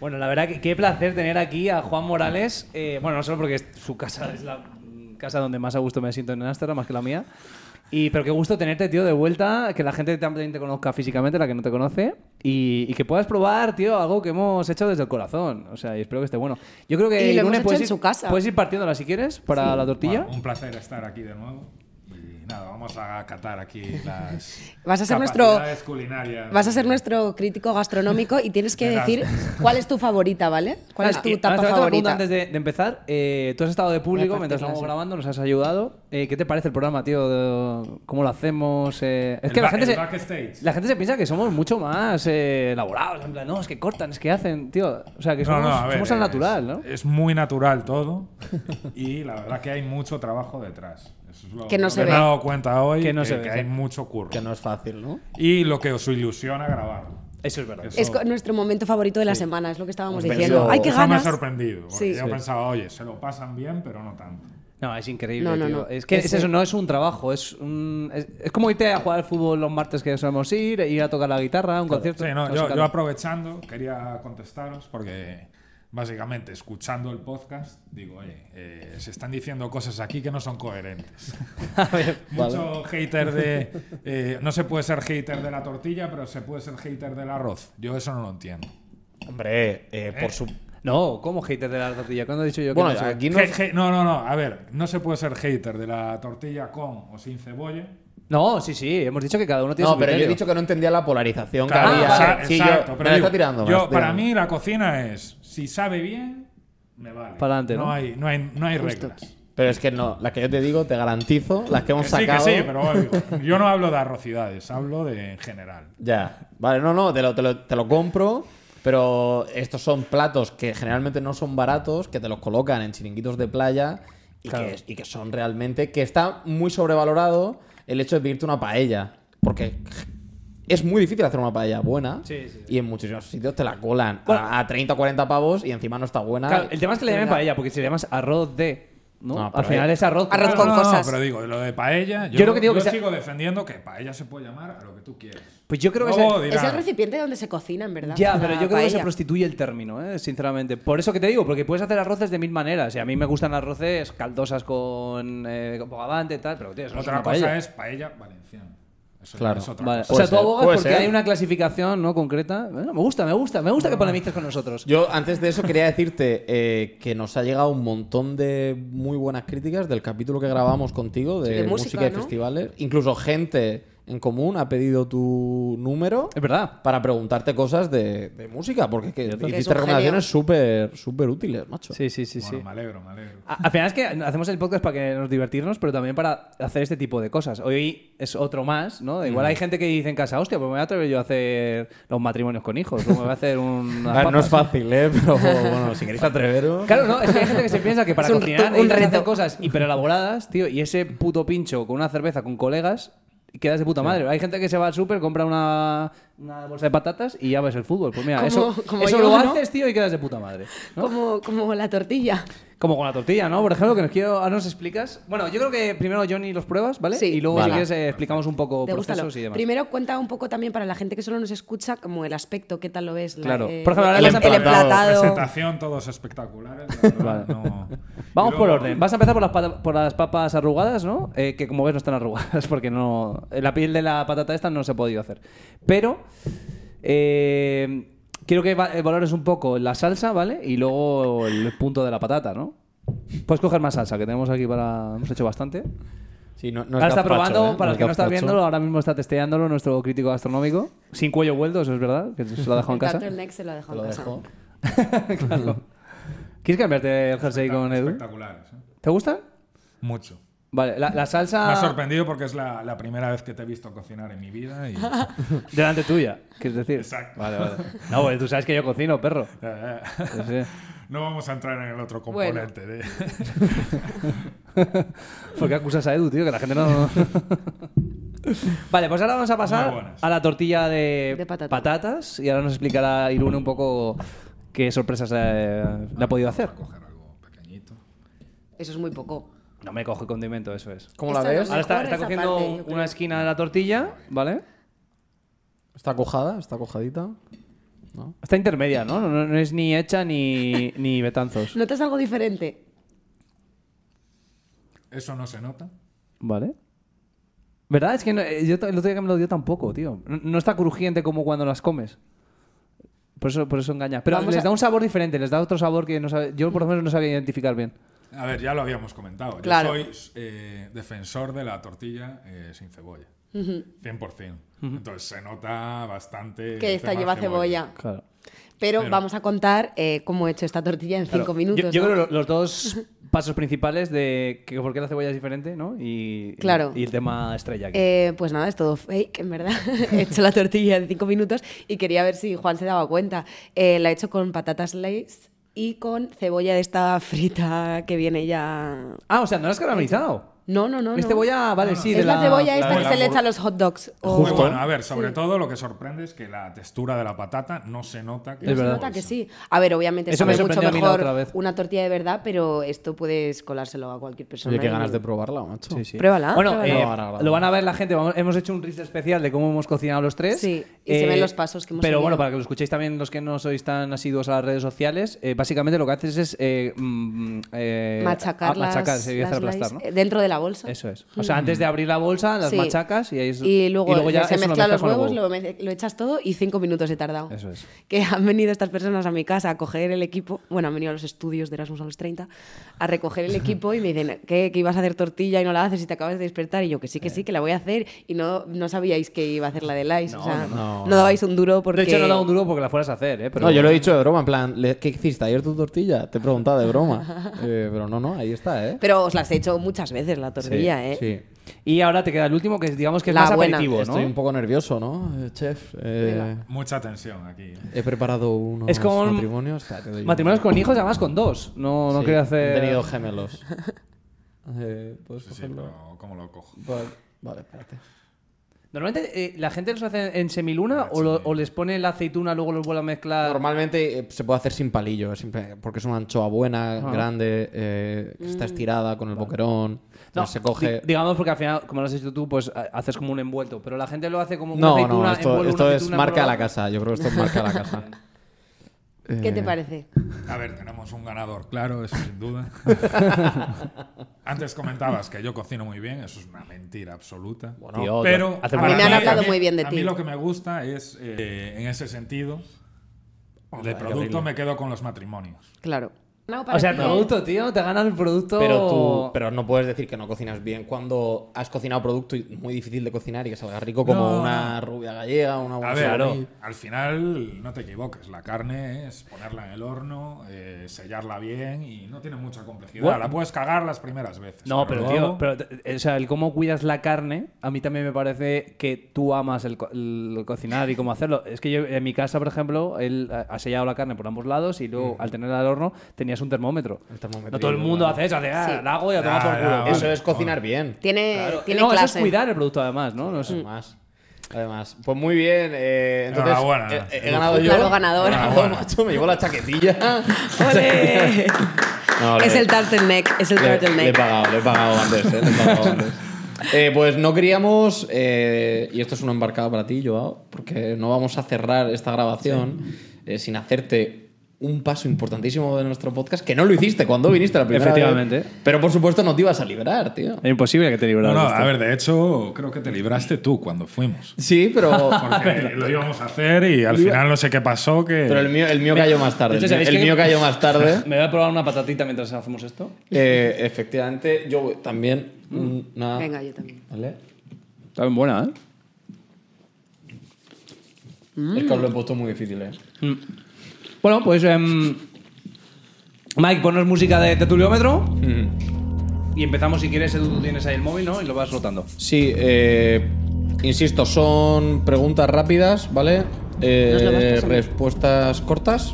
Speaker 3: Bueno, la verdad que qué placer tener aquí a Juan Morales. Eh, bueno, no solo porque es- su casa es la mm, casa donde más a gusto me siento en Ámsterdam, más que la mía. Y, pero qué gusto tenerte, tío, de vuelta, que la gente también te conozca físicamente, la que no te conoce, y, y que puedas probar, tío, algo que hemos hecho desde el corazón. O sea, y espero que esté bueno. Yo creo que
Speaker 5: Y
Speaker 3: Irune,
Speaker 5: lo hemos hecho
Speaker 3: puedes
Speaker 5: en
Speaker 3: ir-
Speaker 5: su casa.
Speaker 3: Puedes ir partiéndola si quieres para la tortilla.
Speaker 6: Bueno, un placer estar aquí de nuevo. Y nada, vamos a catar aquí las.
Speaker 5: Vas a ser nuestro-
Speaker 6: capacidades Culinarias.
Speaker 5: Vas a ser nuestro crítico gastronómico y tienes que
Speaker 6: Verás.
Speaker 5: decir cuál es tu favorita, ¿vale? ¿Cuál es
Speaker 3: Y-
Speaker 5: tu
Speaker 3: ahora te
Speaker 5: tapa
Speaker 3: hago otra pregunta
Speaker 5: favorita?
Speaker 3: Antes de, de empezar, Eh, tú has estado de público
Speaker 5: Voy a
Speaker 3: mientras estamos
Speaker 5: partirlas, eh.
Speaker 3: grabando, nos has ayudado. Eh, ¿Qué te parece el programa, tío? De- ¿Cómo lo hacemos? Eh, es
Speaker 6: El
Speaker 3: que la
Speaker 6: ba-
Speaker 3: gente,
Speaker 6: el
Speaker 3: se,
Speaker 6: backstage.
Speaker 3: la gente se piensa que somos mucho más eh, elaborados. En plan, no, es que cortan, es que hacen, tío. O sea, que
Speaker 6: No,
Speaker 3: somos,
Speaker 6: no, a ver,
Speaker 3: somos al
Speaker 6: es-
Speaker 3: natural, ¿no?
Speaker 6: Es muy natural todo. y la verdad que hay mucho trabajo detrás. Eso es lo
Speaker 5: Que no
Speaker 6: lo
Speaker 5: se ve.
Speaker 6: Me he dado cuenta hoy
Speaker 3: Que
Speaker 6: que,
Speaker 3: no se ve,
Speaker 6: que
Speaker 3: sí.
Speaker 6: hay mucho curro.
Speaker 4: Que no es fácil, ¿no?
Speaker 6: Y lo que os ilusiona grabarlo.
Speaker 3: Eso es verdad.
Speaker 6: Eso-
Speaker 5: Es co- nuestro momento favorito de la semana, es lo que estábamos
Speaker 4: Hemos
Speaker 5: diciendo.
Speaker 4: venido-
Speaker 5: ¡Ay, qué
Speaker 6: Eso me ha
Speaker 5: ganas!
Speaker 6: sorprendido. porque
Speaker 5: Sí.
Speaker 6: yo
Speaker 4: Sí.
Speaker 6: pensaba, oye, se lo pasan bien, pero no tanto.
Speaker 3: No, es increíble,
Speaker 5: No, no,
Speaker 3: tío.
Speaker 5: no.
Speaker 3: Es que es
Speaker 5: Ese-
Speaker 3: eso no es un trabajo. Es, un, es, es como irte a jugar al fútbol los martes que solemos ir, ir a tocar la guitarra, a un concierto.
Speaker 6: Sí, no,
Speaker 3: Estamos
Speaker 6: yo,
Speaker 3: sacando-
Speaker 6: yo aprovechando, quería contestaros porque básicamente escuchando el podcast, digo, oye, eh, se están diciendo cosas aquí que no son coherentes. Mucho hater de... eh, no se puede ser hater de la tortilla, pero se puede ser hater del arroz. Yo eso no lo entiendo.
Speaker 4: Hombre, eh, por su...
Speaker 3: No, ¿cómo haters de la tortilla? ¿Cuándo he dicho yo que
Speaker 4: Bueno,
Speaker 3: no soy?
Speaker 4: aquí no...
Speaker 6: No, no, no, no, a ver, no se puede ser hater de la tortilla con o sin cebolla.
Speaker 3: No, sí, sí, hemos dicho que cada uno tiene
Speaker 4: No,
Speaker 3: su
Speaker 4: pero yo he
Speaker 3: criterio.
Speaker 4: dicho que no entendía la polarización
Speaker 6: Claro,
Speaker 4: que había.
Speaker 6: exa-
Speaker 4: Sí, yo-
Speaker 6: exacto,
Speaker 4: me
Speaker 6: pero
Speaker 4: la
Speaker 6: digo,
Speaker 4: está tirando. me la
Speaker 6: yo,
Speaker 4: está
Speaker 6: para
Speaker 4: tirando.
Speaker 6: mí la cocina es, si sabe bien, me vale.
Speaker 3: Pa'lante, ¿no?
Speaker 6: hay, no hay, no hay reglas.
Speaker 4: Pero es que no, las que yo te digo, te garantizo, las que hemos
Speaker 6: Que sí, que
Speaker 4: sacado.
Speaker 6: sí, pero obvio. yo no hablo de arrocidades, hablo de en general.
Speaker 4: Ya, vale, no, no, te lo, te lo- te lo compro, pero estos son platos que generalmente no son baratos, que te los colocan en chiringuitos de playa y, que, y que son realmente, que está muy sobrevalorado el hecho de pedirte una paella, porque es muy difícil hacer una paella buena
Speaker 3: Sí, sí, sí.
Speaker 4: y en muchísimos sitios te la colan a, a 30 o 40 pavos y encima no está buena.
Speaker 3: Claro, el tema es que le llamen paella, porque si le llamas arroz de. ¿no?
Speaker 4: No,
Speaker 3: Al
Speaker 4: pero
Speaker 3: final
Speaker 4: ahí-
Speaker 3: es arroz.
Speaker 5: Arroz
Speaker 6: No,
Speaker 5: con
Speaker 6: no, no,
Speaker 5: cosas.
Speaker 6: pero digo, lo de paella, yo,
Speaker 3: Yo lo que digo
Speaker 6: yo
Speaker 3: que sea-
Speaker 6: sigo defendiendo que paella se puede llamar a lo que tú quieras.
Speaker 3: Pues yo creo que
Speaker 6: Luego
Speaker 3: ese-
Speaker 6: dirán,
Speaker 5: Es el recipiente donde se cocina, en verdad.
Speaker 3: Ya,
Speaker 5: la
Speaker 3: pero yo creo que se
Speaker 5: paella.
Speaker 3: prostituye el término, ¿eh? sinceramente. Por eso que te digo, porque puedes hacer arroces de mil maneras. Y a mí me gustan arroces caldosas con eh, con bogavante y tal, pero tío, eso no es
Speaker 6: Otra
Speaker 3: una
Speaker 6: cosa
Speaker 3: paella.
Speaker 6: es paella valenciana. Eso
Speaker 4: Claro.
Speaker 6: es otra
Speaker 3: Vale.
Speaker 6: cosa.
Speaker 3: O sea,
Speaker 4: Puede
Speaker 3: tú
Speaker 4: ser,
Speaker 3: abogas
Speaker 4: puede
Speaker 3: porque
Speaker 4: ser.
Speaker 3: hay una clasificación no concreta. Bueno, me gusta, me gusta, me gusta que polemices con nosotros.
Speaker 4: Yo antes de eso quería decirte eh, que nos ha llegado un montón de muy buenas críticas del capítulo que grabamos contigo de,
Speaker 5: Sí, de música,
Speaker 4: música, y
Speaker 5: ¿no?
Speaker 4: festivales. Incluso gente en común ha pedido tu número
Speaker 3: Es verdad.
Speaker 4: para preguntarte cosas de, de música, porque es que
Speaker 5: Es
Speaker 4: hiciste
Speaker 5: un
Speaker 4: recomendaciones súper súper útiles, macho.
Speaker 3: Sí, sí, sí,
Speaker 6: Bueno,
Speaker 3: sí.
Speaker 6: me alegro, me alegro.
Speaker 3: A- Al final es que hacemos el podcast para que nos divertirnos, pero también para hacer este tipo de cosas. Hoy es otro más, ¿no?
Speaker 4: Mm.
Speaker 3: Igual hay gente que dice en casa, hostia, pues me voy a atrever yo a hacer los matrimonios con hijos, o me voy a hacer un...
Speaker 4: A ver, no es fácil, ¿eh? Pero bueno, si queréis atreveros.
Speaker 3: Claro, no, es que hay gente que se piensa que para
Speaker 5: Es un-
Speaker 3: cocinar
Speaker 5: un
Speaker 3: necesitas
Speaker 5: reto.
Speaker 3: hacer cosas hiperelaboradas, tío, y ese puto pincho con una cerveza con colegas quedas de puta madre. Hay gente que se va al súper, compra una, una bolsa de patatas y ya ves el fútbol. Pues mira,
Speaker 5: Como-
Speaker 3: eso,
Speaker 5: como
Speaker 3: eso
Speaker 5: yo,
Speaker 3: lo
Speaker 5: ¿no?
Speaker 3: haces, tío, y quedas de puta madre. ¿no?
Speaker 5: Como, como la tortilla.
Speaker 3: Como con la tortilla, ¿no? Por ejemplo, que nos quiero, ahora nos explicas. Bueno, yo creo que primero Johnny los pruebas, ¿vale?
Speaker 5: Sí.
Speaker 3: Y luego, si
Speaker 4: Vale.
Speaker 3: quieres, eh, explicamos un poco
Speaker 5: Degústalo.
Speaker 3: procesos y demás.
Speaker 5: Primero cuenta un poco también para la gente que solo nos escucha como el aspecto, qué tal lo ves. la-
Speaker 3: Claro.
Speaker 5: eh,
Speaker 3: Por ejemplo, ahora
Speaker 5: el,
Speaker 3: vas a
Speaker 5: el
Speaker 3: empezar.
Speaker 5: emplatado.
Speaker 6: Presentación, todos espectaculares. la verdad,
Speaker 3: Vale.
Speaker 6: no.
Speaker 5: em-
Speaker 3: Vamos
Speaker 6: Y
Speaker 3: por
Speaker 6: luego-
Speaker 3: orden. Vas a empezar por las, pata- por las papas arrugadas, ¿no? Eh, que como ves no están arrugadas porque no la piel de la patata esta no se ha podido hacer. Pero eh, quiero que va- eh, valores un poco la salsa, ¿vale? Y luego el punto de la patata, ¿no? Puedes coger más salsa que tenemos aquí para hemos hecho bastante.
Speaker 4: Sí, no, no es
Speaker 3: Ahora está
Speaker 4: gazpacho,
Speaker 3: probando,
Speaker 4: ¿eh?
Speaker 3: para
Speaker 4: No
Speaker 3: el
Speaker 4: es
Speaker 3: que no está
Speaker 4: gazpacho.
Speaker 3: viéndolo, ahora mismo está testeándolo nuestro crítico gastronómico. Sin cuello vuelto, eso es verdad, que se lo ha dejado en
Speaker 5: El
Speaker 3: casa.
Speaker 5: Dr. Neck se lo dejó
Speaker 4: Lo
Speaker 5: en casa.
Speaker 4: dejo.
Speaker 3: Claro. ¿Quieres cambiarte el jersey con Edu?
Speaker 6: Espectaculares. ¿eh?
Speaker 3: ¿Te gusta?
Speaker 6: Mucho.
Speaker 3: Vale, la, la salsa...
Speaker 5: Ah.
Speaker 6: Me ha sorprendido porque es la, la primera vez que te he visto cocinar en mi vida. Y,
Speaker 3: Delante tuya, quieres decir.
Speaker 6: Exacto.
Speaker 3: Vale, vale. No, pues tú sabes que yo cocino, perro.
Speaker 6: Eh,
Speaker 3: Sí, sí.
Speaker 6: no vamos a entrar en el otro
Speaker 5: Bueno.
Speaker 6: componente. de-
Speaker 3: ¿Por qué acusas a Edu, tío? Que la gente no. vale, pues ahora vamos a
Speaker 6: Muy
Speaker 3: pasar
Speaker 6: buenas.
Speaker 3: a la tortilla de,
Speaker 5: De patata.
Speaker 3: patatas y ahora nos explicará Irune un poco qué sorpresas eh, le ha podido hacer.
Speaker 6: Coger algo pequeñito.
Speaker 5: Eso es muy poco.
Speaker 3: No me coge condimento, eso es.
Speaker 4: ¿Cómo la
Speaker 5: Esto
Speaker 4: ves?
Speaker 5: no-
Speaker 3: Ahora está,
Speaker 5: Mejor
Speaker 3: está
Speaker 5: Pues esa
Speaker 3: cogiendo
Speaker 5: parte, yo creo.
Speaker 3: una esquina de la tortilla, ¿vale?
Speaker 4: Está cojada, está cojadita.
Speaker 3: Está intermedia, ¿no? No, no es ni hecha ni, ni betanzos.
Speaker 5: ¿Notas algo diferente?
Speaker 6: Eso no se nota.
Speaker 3: Vale. ¿Verdad? Es que no- eh, yo t- el otro día que me lo dio tampoco, tío. No, no está crujiente como cuando las comes. Por eso, por eso engaña. Pero
Speaker 5: Vamos
Speaker 3: les
Speaker 5: a-
Speaker 3: da un sabor diferente, les da otro sabor que no sabe- yo por lo menos no sabía identificar bien.
Speaker 6: A ver, ya lo habíamos comentado. Yo
Speaker 5: Claro.
Speaker 6: soy eh, defensor de la tortilla eh, sin cebolla. 100%. Entonces se nota bastante. el
Speaker 5: Que esta
Speaker 6: tema
Speaker 5: lleva cebolla.
Speaker 3: Claro.
Speaker 5: Pero,
Speaker 6: Pero-
Speaker 5: vamos a contar eh, cómo he hecho esta tortilla en cinco minutos.
Speaker 3: Yo, yo
Speaker 5: ¿no?
Speaker 3: creo lo- los dos pasos principales de que por qué la cebolla es diferente, ¿no? Y,
Speaker 5: Claro.
Speaker 3: y el tema estrella. aquí.
Speaker 5: Eh, pues nada, es todo fake, en verdad. he hecho la tortilla en cinco minutos y quería ver si Juan se daba cuenta. Eh, la he hecho con patatas lace y con cebolla de esta frita que viene ya.
Speaker 3: Ah, o sea, no lo has caramelizado.
Speaker 5: No, no, no.
Speaker 3: es
Speaker 5: no.
Speaker 3: cebolla, vale, sí.
Speaker 5: es
Speaker 3: de
Speaker 5: la, cebolla
Speaker 6: la
Speaker 5: esta
Speaker 6: de
Speaker 5: que
Speaker 6: la
Speaker 5: se le
Speaker 6: hamburg-
Speaker 5: echa a los hot dogs. O...
Speaker 6: Muy bueno, a ver, sobre
Speaker 5: Sí.
Speaker 6: todo lo que sorprende es que la textura de la patata no se nota que
Speaker 3: Es
Speaker 5: Se
Speaker 3: verdad.
Speaker 5: nota que sí. A ver, obviamente
Speaker 3: Eso me
Speaker 5: sabe mucho
Speaker 3: sorprendió a mí la
Speaker 5: mejor
Speaker 3: otra vez.
Speaker 5: una tortilla de verdad, pero esto puedes colárselo a cualquier persona.
Speaker 4: Oye, qué
Speaker 5: y-
Speaker 4: ganas de probarla, macho.
Speaker 3: Sí, sí.
Speaker 5: Pruébala,
Speaker 3: Bueno,
Speaker 5: pruébala.
Speaker 3: eh,
Speaker 4: No, no, no.
Speaker 3: lo van a ver la gente. Vamos- hemos hecho un reel especial de cómo hemos cocinado los tres. Eh,
Speaker 5: Sí, y se ven los pasos que hemos
Speaker 3: Pero
Speaker 5: seguido.
Speaker 3: bueno, para que lo escuchéis también los que no sois tan asiduos a las redes sociales, eh, básicamente lo que haces es eh, mm, eh,
Speaker 5: machacar
Speaker 3: a- machacar,
Speaker 5: las-
Speaker 3: sería
Speaker 5: las
Speaker 3: hacer aplastar,
Speaker 5: slice,
Speaker 3: ¿no?
Speaker 5: eh, dentro de la bolsa.
Speaker 3: Eso es. O sea, antes de abrir la bolsa, las
Speaker 5: Sí.
Speaker 3: machacas y ahí es-
Speaker 5: Y luego,
Speaker 3: ya
Speaker 5: se
Speaker 3: eso lo
Speaker 5: mezclan
Speaker 3: mezclas
Speaker 5: los
Speaker 3: con el
Speaker 5: huevos,
Speaker 3: huevo.
Speaker 5: lo, mez- lo echas todo y cinco minutos he tardado.
Speaker 3: Eso es.
Speaker 5: Que han venido estas personas a mi casa a coger el equipo, bueno, han venido a los estudios de Erasmus a los 30, a recoger el equipo y me dicen, ¿qué? Que ibas a hacer tortilla y no la haces y te acabas de despertar. Y yo, que sí, que
Speaker 3: Eh.
Speaker 5: sí, que la voy a hacer. Y no, no sabíais que iba a hacer la de Lice. o sea, no, dabais un duro porque...
Speaker 3: De hecho, no da un duro porque la fueras a hacer, ¿eh? Pero...
Speaker 4: No, yo lo he dicho de broma, en plan, le- ¿qué hiciste ayer tu tortilla? Te he preguntado de broma. Eh, pero no, no, ahí está, ¿eh?
Speaker 5: Pero os las he hecho muchas veces la tortilla, ¿eh?
Speaker 4: Sí.
Speaker 3: Y ahora te queda el último, que es, digamos que es
Speaker 5: La
Speaker 3: más
Speaker 5: buena.
Speaker 3: aperitivo, Pues ¿no?
Speaker 4: Estoy un poco nervioso, ¿no, eh, chef? Eh,
Speaker 6: Mucha tensión aquí.
Speaker 4: he preparado unos
Speaker 3: Es como un-
Speaker 4: matrimonios. Espera, te doy un-
Speaker 3: Matrimonios con hijos, además con dos. No, no
Speaker 4: Sí,
Speaker 3: quiero hacer...
Speaker 4: He tenido gemelos. Eh, ¿Puedes
Speaker 6: Sí,
Speaker 4: cogerlo?
Speaker 6: pero ¿cómo lo cojo?
Speaker 4: Vale, vale, espérate.
Speaker 3: Normalmente eh, la gente los hace en semiluna o, lo- o les pone la aceituna, luego los vuelve a mezclar.
Speaker 4: Normalmente eh, se puede hacer sin palillo, sin pe- porque es una anchoa buena,
Speaker 3: Ah.
Speaker 4: grande, eh, que está estirada con el boquerón.
Speaker 3: No,
Speaker 4: No, se coge.
Speaker 3: di- digamos porque al final, como lo has hecho tú, pues ha- haces como un envuelto. Pero la gente lo hace como una
Speaker 4: No,
Speaker 3: aceituna,
Speaker 4: no, esto,
Speaker 3: envuelve una
Speaker 4: esto es
Speaker 3: aceituna,
Speaker 4: marca de la
Speaker 3: envuelve-
Speaker 4: casa. Yo creo que esto es marca de la casa.
Speaker 5: ¿Qué
Speaker 3: Eh.
Speaker 5: te parece?
Speaker 6: A ver, tenemos un ganador, claro, eso sin duda. Antes comentabas que yo cocino muy bien, eso es una mentira absoluta.
Speaker 3: Tío,
Speaker 6: pero
Speaker 3: hace
Speaker 6: a
Speaker 3: poco-
Speaker 5: mí me han
Speaker 6: a
Speaker 5: hablado
Speaker 6: a
Speaker 5: muy bien de
Speaker 6: a
Speaker 5: ti.
Speaker 6: mí lo que me gusta es, eh, en ese sentido, de producto me quedo con los matrimonios.
Speaker 5: Claro. No, para
Speaker 3: O sea, el
Speaker 5: ti, ¿eh?
Speaker 3: producto, tío, te ganan el producto.
Speaker 4: Pero tú pero no puedes decir que no cocinas bien cuando has cocinado producto y- muy difícil de cocinar y que salga rico como
Speaker 6: No.
Speaker 4: una rubia gallega, una
Speaker 6: A
Speaker 5: Oh,
Speaker 4: buena
Speaker 6: ver,
Speaker 4: salami.
Speaker 6: al final no te equivoques, la carne es ponerla en el horno, eh, sellarla bien y no tiene mucha complejidad.
Speaker 3: Bueno.
Speaker 6: la puedes cagar las primeras veces.
Speaker 3: No, pero
Speaker 6: luego-
Speaker 3: tío, pero, eh, o sea, el cómo cuidas la carne, a mí también me parece que tú amas el, co- el cocinar y cómo hacerlo. Es que yo, en mi casa, por ejemplo, él eh, ha- ha sellado la carne por ambos lados y luego, al tenerla al horno, tenías un termómetro.
Speaker 4: El termómetro,
Speaker 3: no todo Mm. el mundo
Speaker 4: claro.
Speaker 3: hace eso, hace, ah,
Speaker 5: Sí.
Speaker 3: la hago y la toma
Speaker 6: Ya,
Speaker 3: por
Speaker 6: ya,
Speaker 3: culo.
Speaker 6: vale.
Speaker 4: Eso es cocinar bien.
Speaker 5: Tiene, tiene
Speaker 3: no, eso
Speaker 5: clase.
Speaker 3: es cuidar el producto además, ¿no? No es-
Speaker 4: Además. Además, pues muy bien. eh, entonces,
Speaker 6: Enhorabuena.
Speaker 4: eh, he, ganado yo.
Speaker 5: Claro, ganador.
Speaker 4: Ganador, macho, me llevo la chaquetilla.
Speaker 5: ¡Ole!
Speaker 4: No,
Speaker 5: es
Speaker 4: le-
Speaker 5: el turtleneck, es el
Speaker 4: Le, le he
Speaker 5: turtleneck.
Speaker 4: pagado, le he pagado antes, eh, le he pagado antes. Eh, pues no queríamos, eh, y esto es una embarcada para ti, Joao, porque no vamos a cerrar esta grabación eh, sin hacerte un paso importantísimo de nuestro podcast, que no lo hiciste cuando viniste la primera
Speaker 3: Efectivamente.
Speaker 4: vez. Pero por supuesto no te ibas a librar, tío.
Speaker 3: Es imposible que te
Speaker 6: No,
Speaker 3: libraras.
Speaker 6: no,
Speaker 3: de esto.
Speaker 6: a ver, de hecho, creo que te libraste tú cuando fuimos.
Speaker 4: Sí, pero,
Speaker 6: Porque lo íbamos a hacer y al final no sé qué pasó. Que...
Speaker 4: pero el, mío, el mío cayó más tarde.
Speaker 3: De hecho,
Speaker 4: el mío-
Speaker 3: ¿sabéis
Speaker 4: el
Speaker 3: que-
Speaker 4: mío cayó más tarde.
Speaker 3: Me voy a probar una patatita mientras hacemos esto.
Speaker 4: Eh, efectivamente, yo también.
Speaker 3: Mm.
Speaker 4: Una...
Speaker 5: Venga, yo también.
Speaker 4: ¿Vale?
Speaker 3: Está bien buena, ¿eh? Mm.
Speaker 4: Es que os lo he puesto muy difícil, eh.
Speaker 3: Bueno, pues. em, Mike, ponos música de Tetuliómetro. Y empezamos, si quieres, Edu, tú tienes ahí el móvil, ¿no? Y lo vas rotando.
Speaker 4: Sí, eh, insisto, son preguntas rápidas, ¿vale? Eh,
Speaker 5: Nos lo vas pasando.
Speaker 4: respuestas cortas.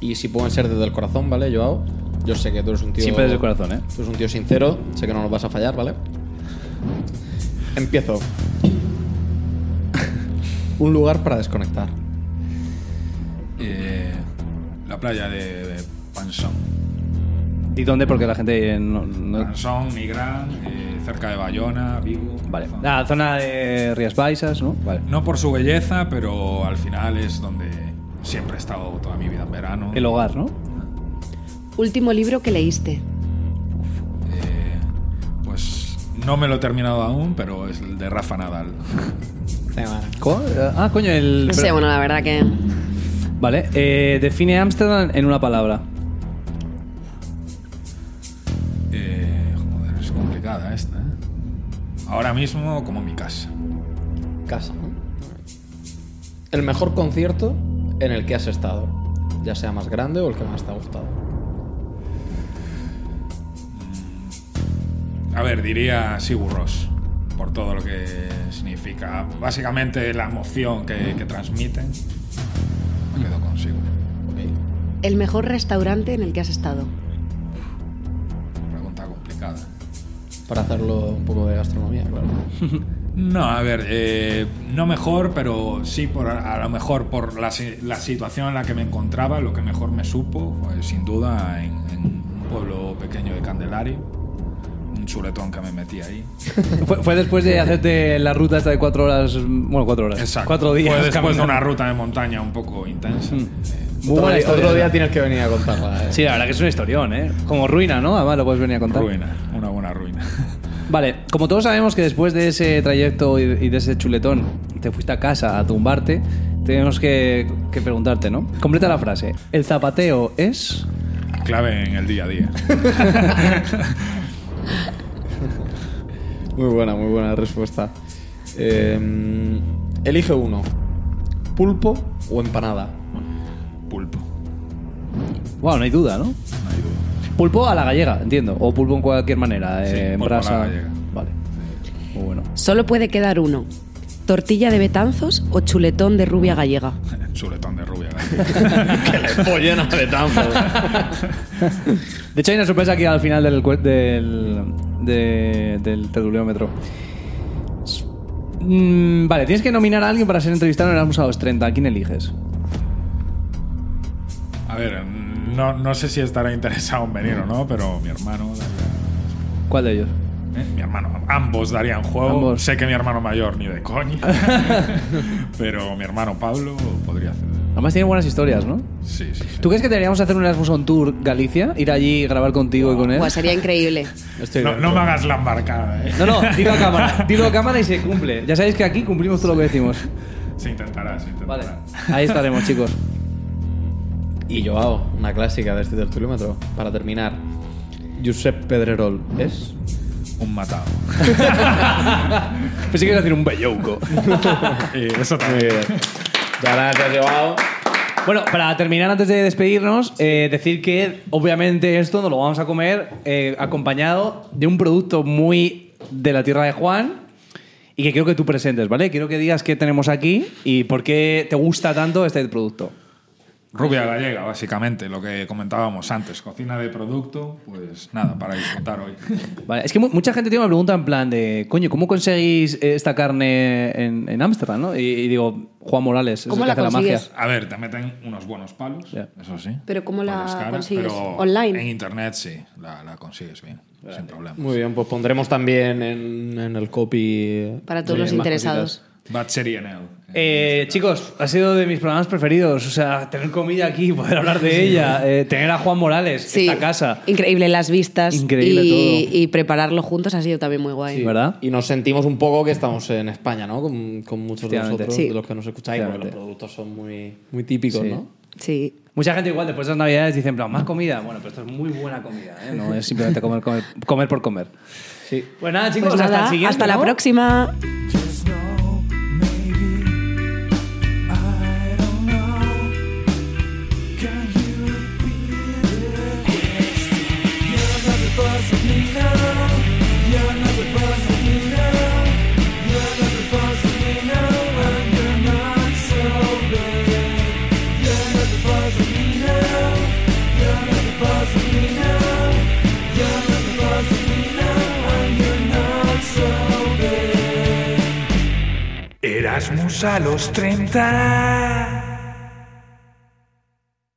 Speaker 4: Y si pueden ser desde el corazón, ¿vale, Joao? Yo sé que tú eres un tío.
Speaker 3: Siempre desde el corazón, ¿eh?
Speaker 4: Tú eres un tío sincero, sé que no nos vas a fallar, ¿vale? Empiezo. un lugar para desconectar.
Speaker 6: Eh, la playa de, de Pansón.
Speaker 3: ¿Y dónde? Porque la gente no. no-
Speaker 6: Pansón, Migrán, eh, cerca de Bayona, Vigo.
Speaker 3: Vale.
Speaker 6: zona.
Speaker 3: La zona de Rías Baixas, ¿no? Vale.
Speaker 6: No por su belleza, pero al final es donde siempre he estado toda mi vida en verano.
Speaker 3: El hogar, ¿no?
Speaker 5: Último libro que leíste.
Speaker 6: Eh, pues no me lo he terminado aún, pero es el de Rafa Nadal.
Speaker 3: Co- Ah, coño, el.
Speaker 5: No sé,
Speaker 3: pero-
Speaker 5: bueno, la verdad que.
Speaker 3: Vale. eh, define Ámsterdam en una palabra.
Speaker 6: Eh, joder, es complicada esta. ¿eh? Ahora mismo como mi casa.
Speaker 4: Casa, ¿no? El mejor concierto en el que has estado. Ya sea más grande o el que más te ha gustado.
Speaker 6: A ver, diría Sigur Rós, por todo lo que significa. Básicamente la emoción que, que transmiten. Me quedo con Sigur.
Speaker 4: Ok.
Speaker 5: El mejor restaurante en el que has estado.
Speaker 6: Pregunta complicada.
Speaker 4: Para hacerlo un poco de gastronomía, claro.
Speaker 6: No, a ver, eh, no mejor, pero sí por a lo mejor por la, si- la situación en la que me encontraba, lo que mejor me supo, fue, sin duda, en, en un pueblo pequeño de Candelario, un chuletón que me metí ahí.
Speaker 3: Fue, fue después de hacerte la ruta esta de cuatro horas. Bueno, cuatro horas. Cuatro días.
Speaker 6: Fue después de
Speaker 3: caminando.
Speaker 6: una ruta de montaña un poco intensa. Eh,
Speaker 3: Muy buena historia.
Speaker 4: otro día tienes que venir a contarla. eh.
Speaker 3: Sí, la verdad que es un historión, ¿eh? Como ruina, ¿no? Además lo puedes venir a contar.
Speaker 6: ruina, una buena ruina.
Speaker 3: Vale, como todos sabemos que después de ese trayecto y y de ese chuletón te fuiste a casa a tumbarte, tenemos que, que preguntarte, ¿no? Completa la frase. El zapateo es...
Speaker 6: Clave en el día a día.
Speaker 4: Muy buena, muy buena respuesta. Eh, elige uno. ¿Pulpo o empanada?
Speaker 6: Pulpo,
Speaker 3: Bueno, no hay duda, ¿no?
Speaker 6: no hay duda.
Speaker 3: Pulpo a la gallega, entiendo. O pulpo en cualquier manera.
Speaker 6: Sí,
Speaker 3: eh, en
Speaker 6: pulpo a la
Speaker 3: brasa.
Speaker 6: gallega.
Speaker 3: Vale. Muy bueno.
Speaker 5: Solo puede quedar uno. ¿Tortilla de Betanzos o chuletón de rubia gallega?
Speaker 6: Chuletón de rubia.
Speaker 4: Pollena de tambo.
Speaker 3: De hecho, hay una sorpresa aquí al final del, cue- del, de- del tertuliómetro. Mm, vale, tienes que nominar a alguien para ser entrevistado en Erasmus a los 30. ¿A quién eliges?
Speaker 6: A ver, mm, no, no sé si estará interesado en venir o no, pero mi hermano...
Speaker 3: ¿Cuál de ellos?
Speaker 6: ¿Eh? Mi hermano, ambos darían juego.
Speaker 3: Ambos.
Speaker 6: Sé que mi hermano mayor ni de coña. pero mi hermano Pablo podría hacer.
Speaker 3: Además tiene buenas historias, ¿no?
Speaker 6: Sí, sí. sí.
Speaker 3: ¿Tú crees que deberíamos hacer un Erasmus on Tour Galicia? Ir allí, grabar contigo y con él.
Speaker 5: Buah, sería increíble.
Speaker 4: Estoy
Speaker 6: No,
Speaker 4: dentro.
Speaker 6: no me hagas la embarcada, ¿eh?
Speaker 3: No, no, dilo a cámara. Dilo a cámara y se cumple. Ya sabéis que aquí cumplimos todo lo que decimos.
Speaker 6: Se intentará, se intentará.
Speaker 3: Vale. Ahí estaremos, chicos.
Speaker 4: Y Joao, una clásica de este tertuliómetro. Para terminar, Josep Pedrerol es.
Speaker 6: Un matado.
Speaker 3: Pensé que iba a decir un bellouco.
Speaker 6: Eh, eso
Speaker 4: Muy
Speaker 6: también.
Speaker 4: bien. Ya gracias, Joao.
Speaker 3: Bueno, para terminar, antes de despedirnos, eh, decir que obviamente esto nos lo vamos a comer eh, acompañado de un producto muy de la tierra de Juan y que quiero que tú presentes, ¿vale? Quiero que digas qué tenemos aquí y por qué te gusta tanto este producto.
Speaker 6: Rubia gallega, básicamente, lo que comentábamos antes. Cocina de producto, pues nada, para disfrutar hoy.
Speaker 3: Vale, es que mu- mucha gente tiene una pregunta en plan de, coño, ¿cómo conseguís eh, esta carne en en Ámsterdam? ¿no? Y, y digo, Juan Morales, es el
Speaker 5: ¿Cómo
Speaker 3: que
Speaker 5: la
Speaker 3: hace la magia.
Speaker 5: consigues?
Speaker 6: A ver, te meten unos buenos palos,
Speaker 3: Ya.
Speaker 6: eso sí.
Speaker 5: Pero ¿cómo la
Speaker 6: Palos caras,
Speaker 5: consigues?
Speaker 6: pero
Speaker 5: ¿Online?
Speaker 6: En internet sí, la, la consigues bien, sin problemas.
Speaker 4: Muy bien, pues pondremos también en, en el copy.
Speaker 5: Para todos
Speaker 4: eh,
Speaker 5: los
Speaker 4: más
Speaker 5: interesados.
Speaker 6: Bad Serie Neo.
Speaker 3: Eh, chicos, ha sido de mis programas preferidos. O sea, tener comida aquí, poder hablar de ella, eh, tener a Juan Morales, esta casa.
Speaker 5: Increíble las vistas.
Speaker 3: Increíble
Speaker 5: y,
Speaker 3: todo.
Speaker 5: y prepararlo juntos ha sido también muy guay.
Speaker 3: Sí. ¿Verdad?
Speaker 4: Y nos sentimos un poco que estamos en España, ¿no? Con, con muchos de
Speaker 3: Efectivamente.
Speaker 4: nosotros,
Speaker 5: Sí.
Speaker 4: de los que nos escucháis, porque los
Speaker 3: Efectivamente.
Speaker 4: productos son muy, muy típicos,
Speaker 3: Sí.
Speaker 4: ¿no?
Speaker 5: Sí.
Speaker 3: Mucha gente igual después de las navidades dice, en plan, más comida. Bueno, pero esto es muy buena comida, ¿eh? No es simplemente comer, comer, comer por comer.
Speaker 4: Sí.
Speaker 3: Pues nada, chicos,
Speaker 5: Pues
Speaker 3: hasta
Speaker 5: nada,
Speaker 3: el siguiente.
Speaker 5: hasta la
Speaker 3: ¿no?
Speaker 5: próxima.
Speaker 7: Just know, maybe I don't know. Can you repeat it? You're not the boss of me now. You're not the boss of me now. You're not the boss of me now, and you're not so bad. You're not the boss of me now. You're not the boss of me now. You're not the boss of me now, and you're not so bad. Erasmus a los 30.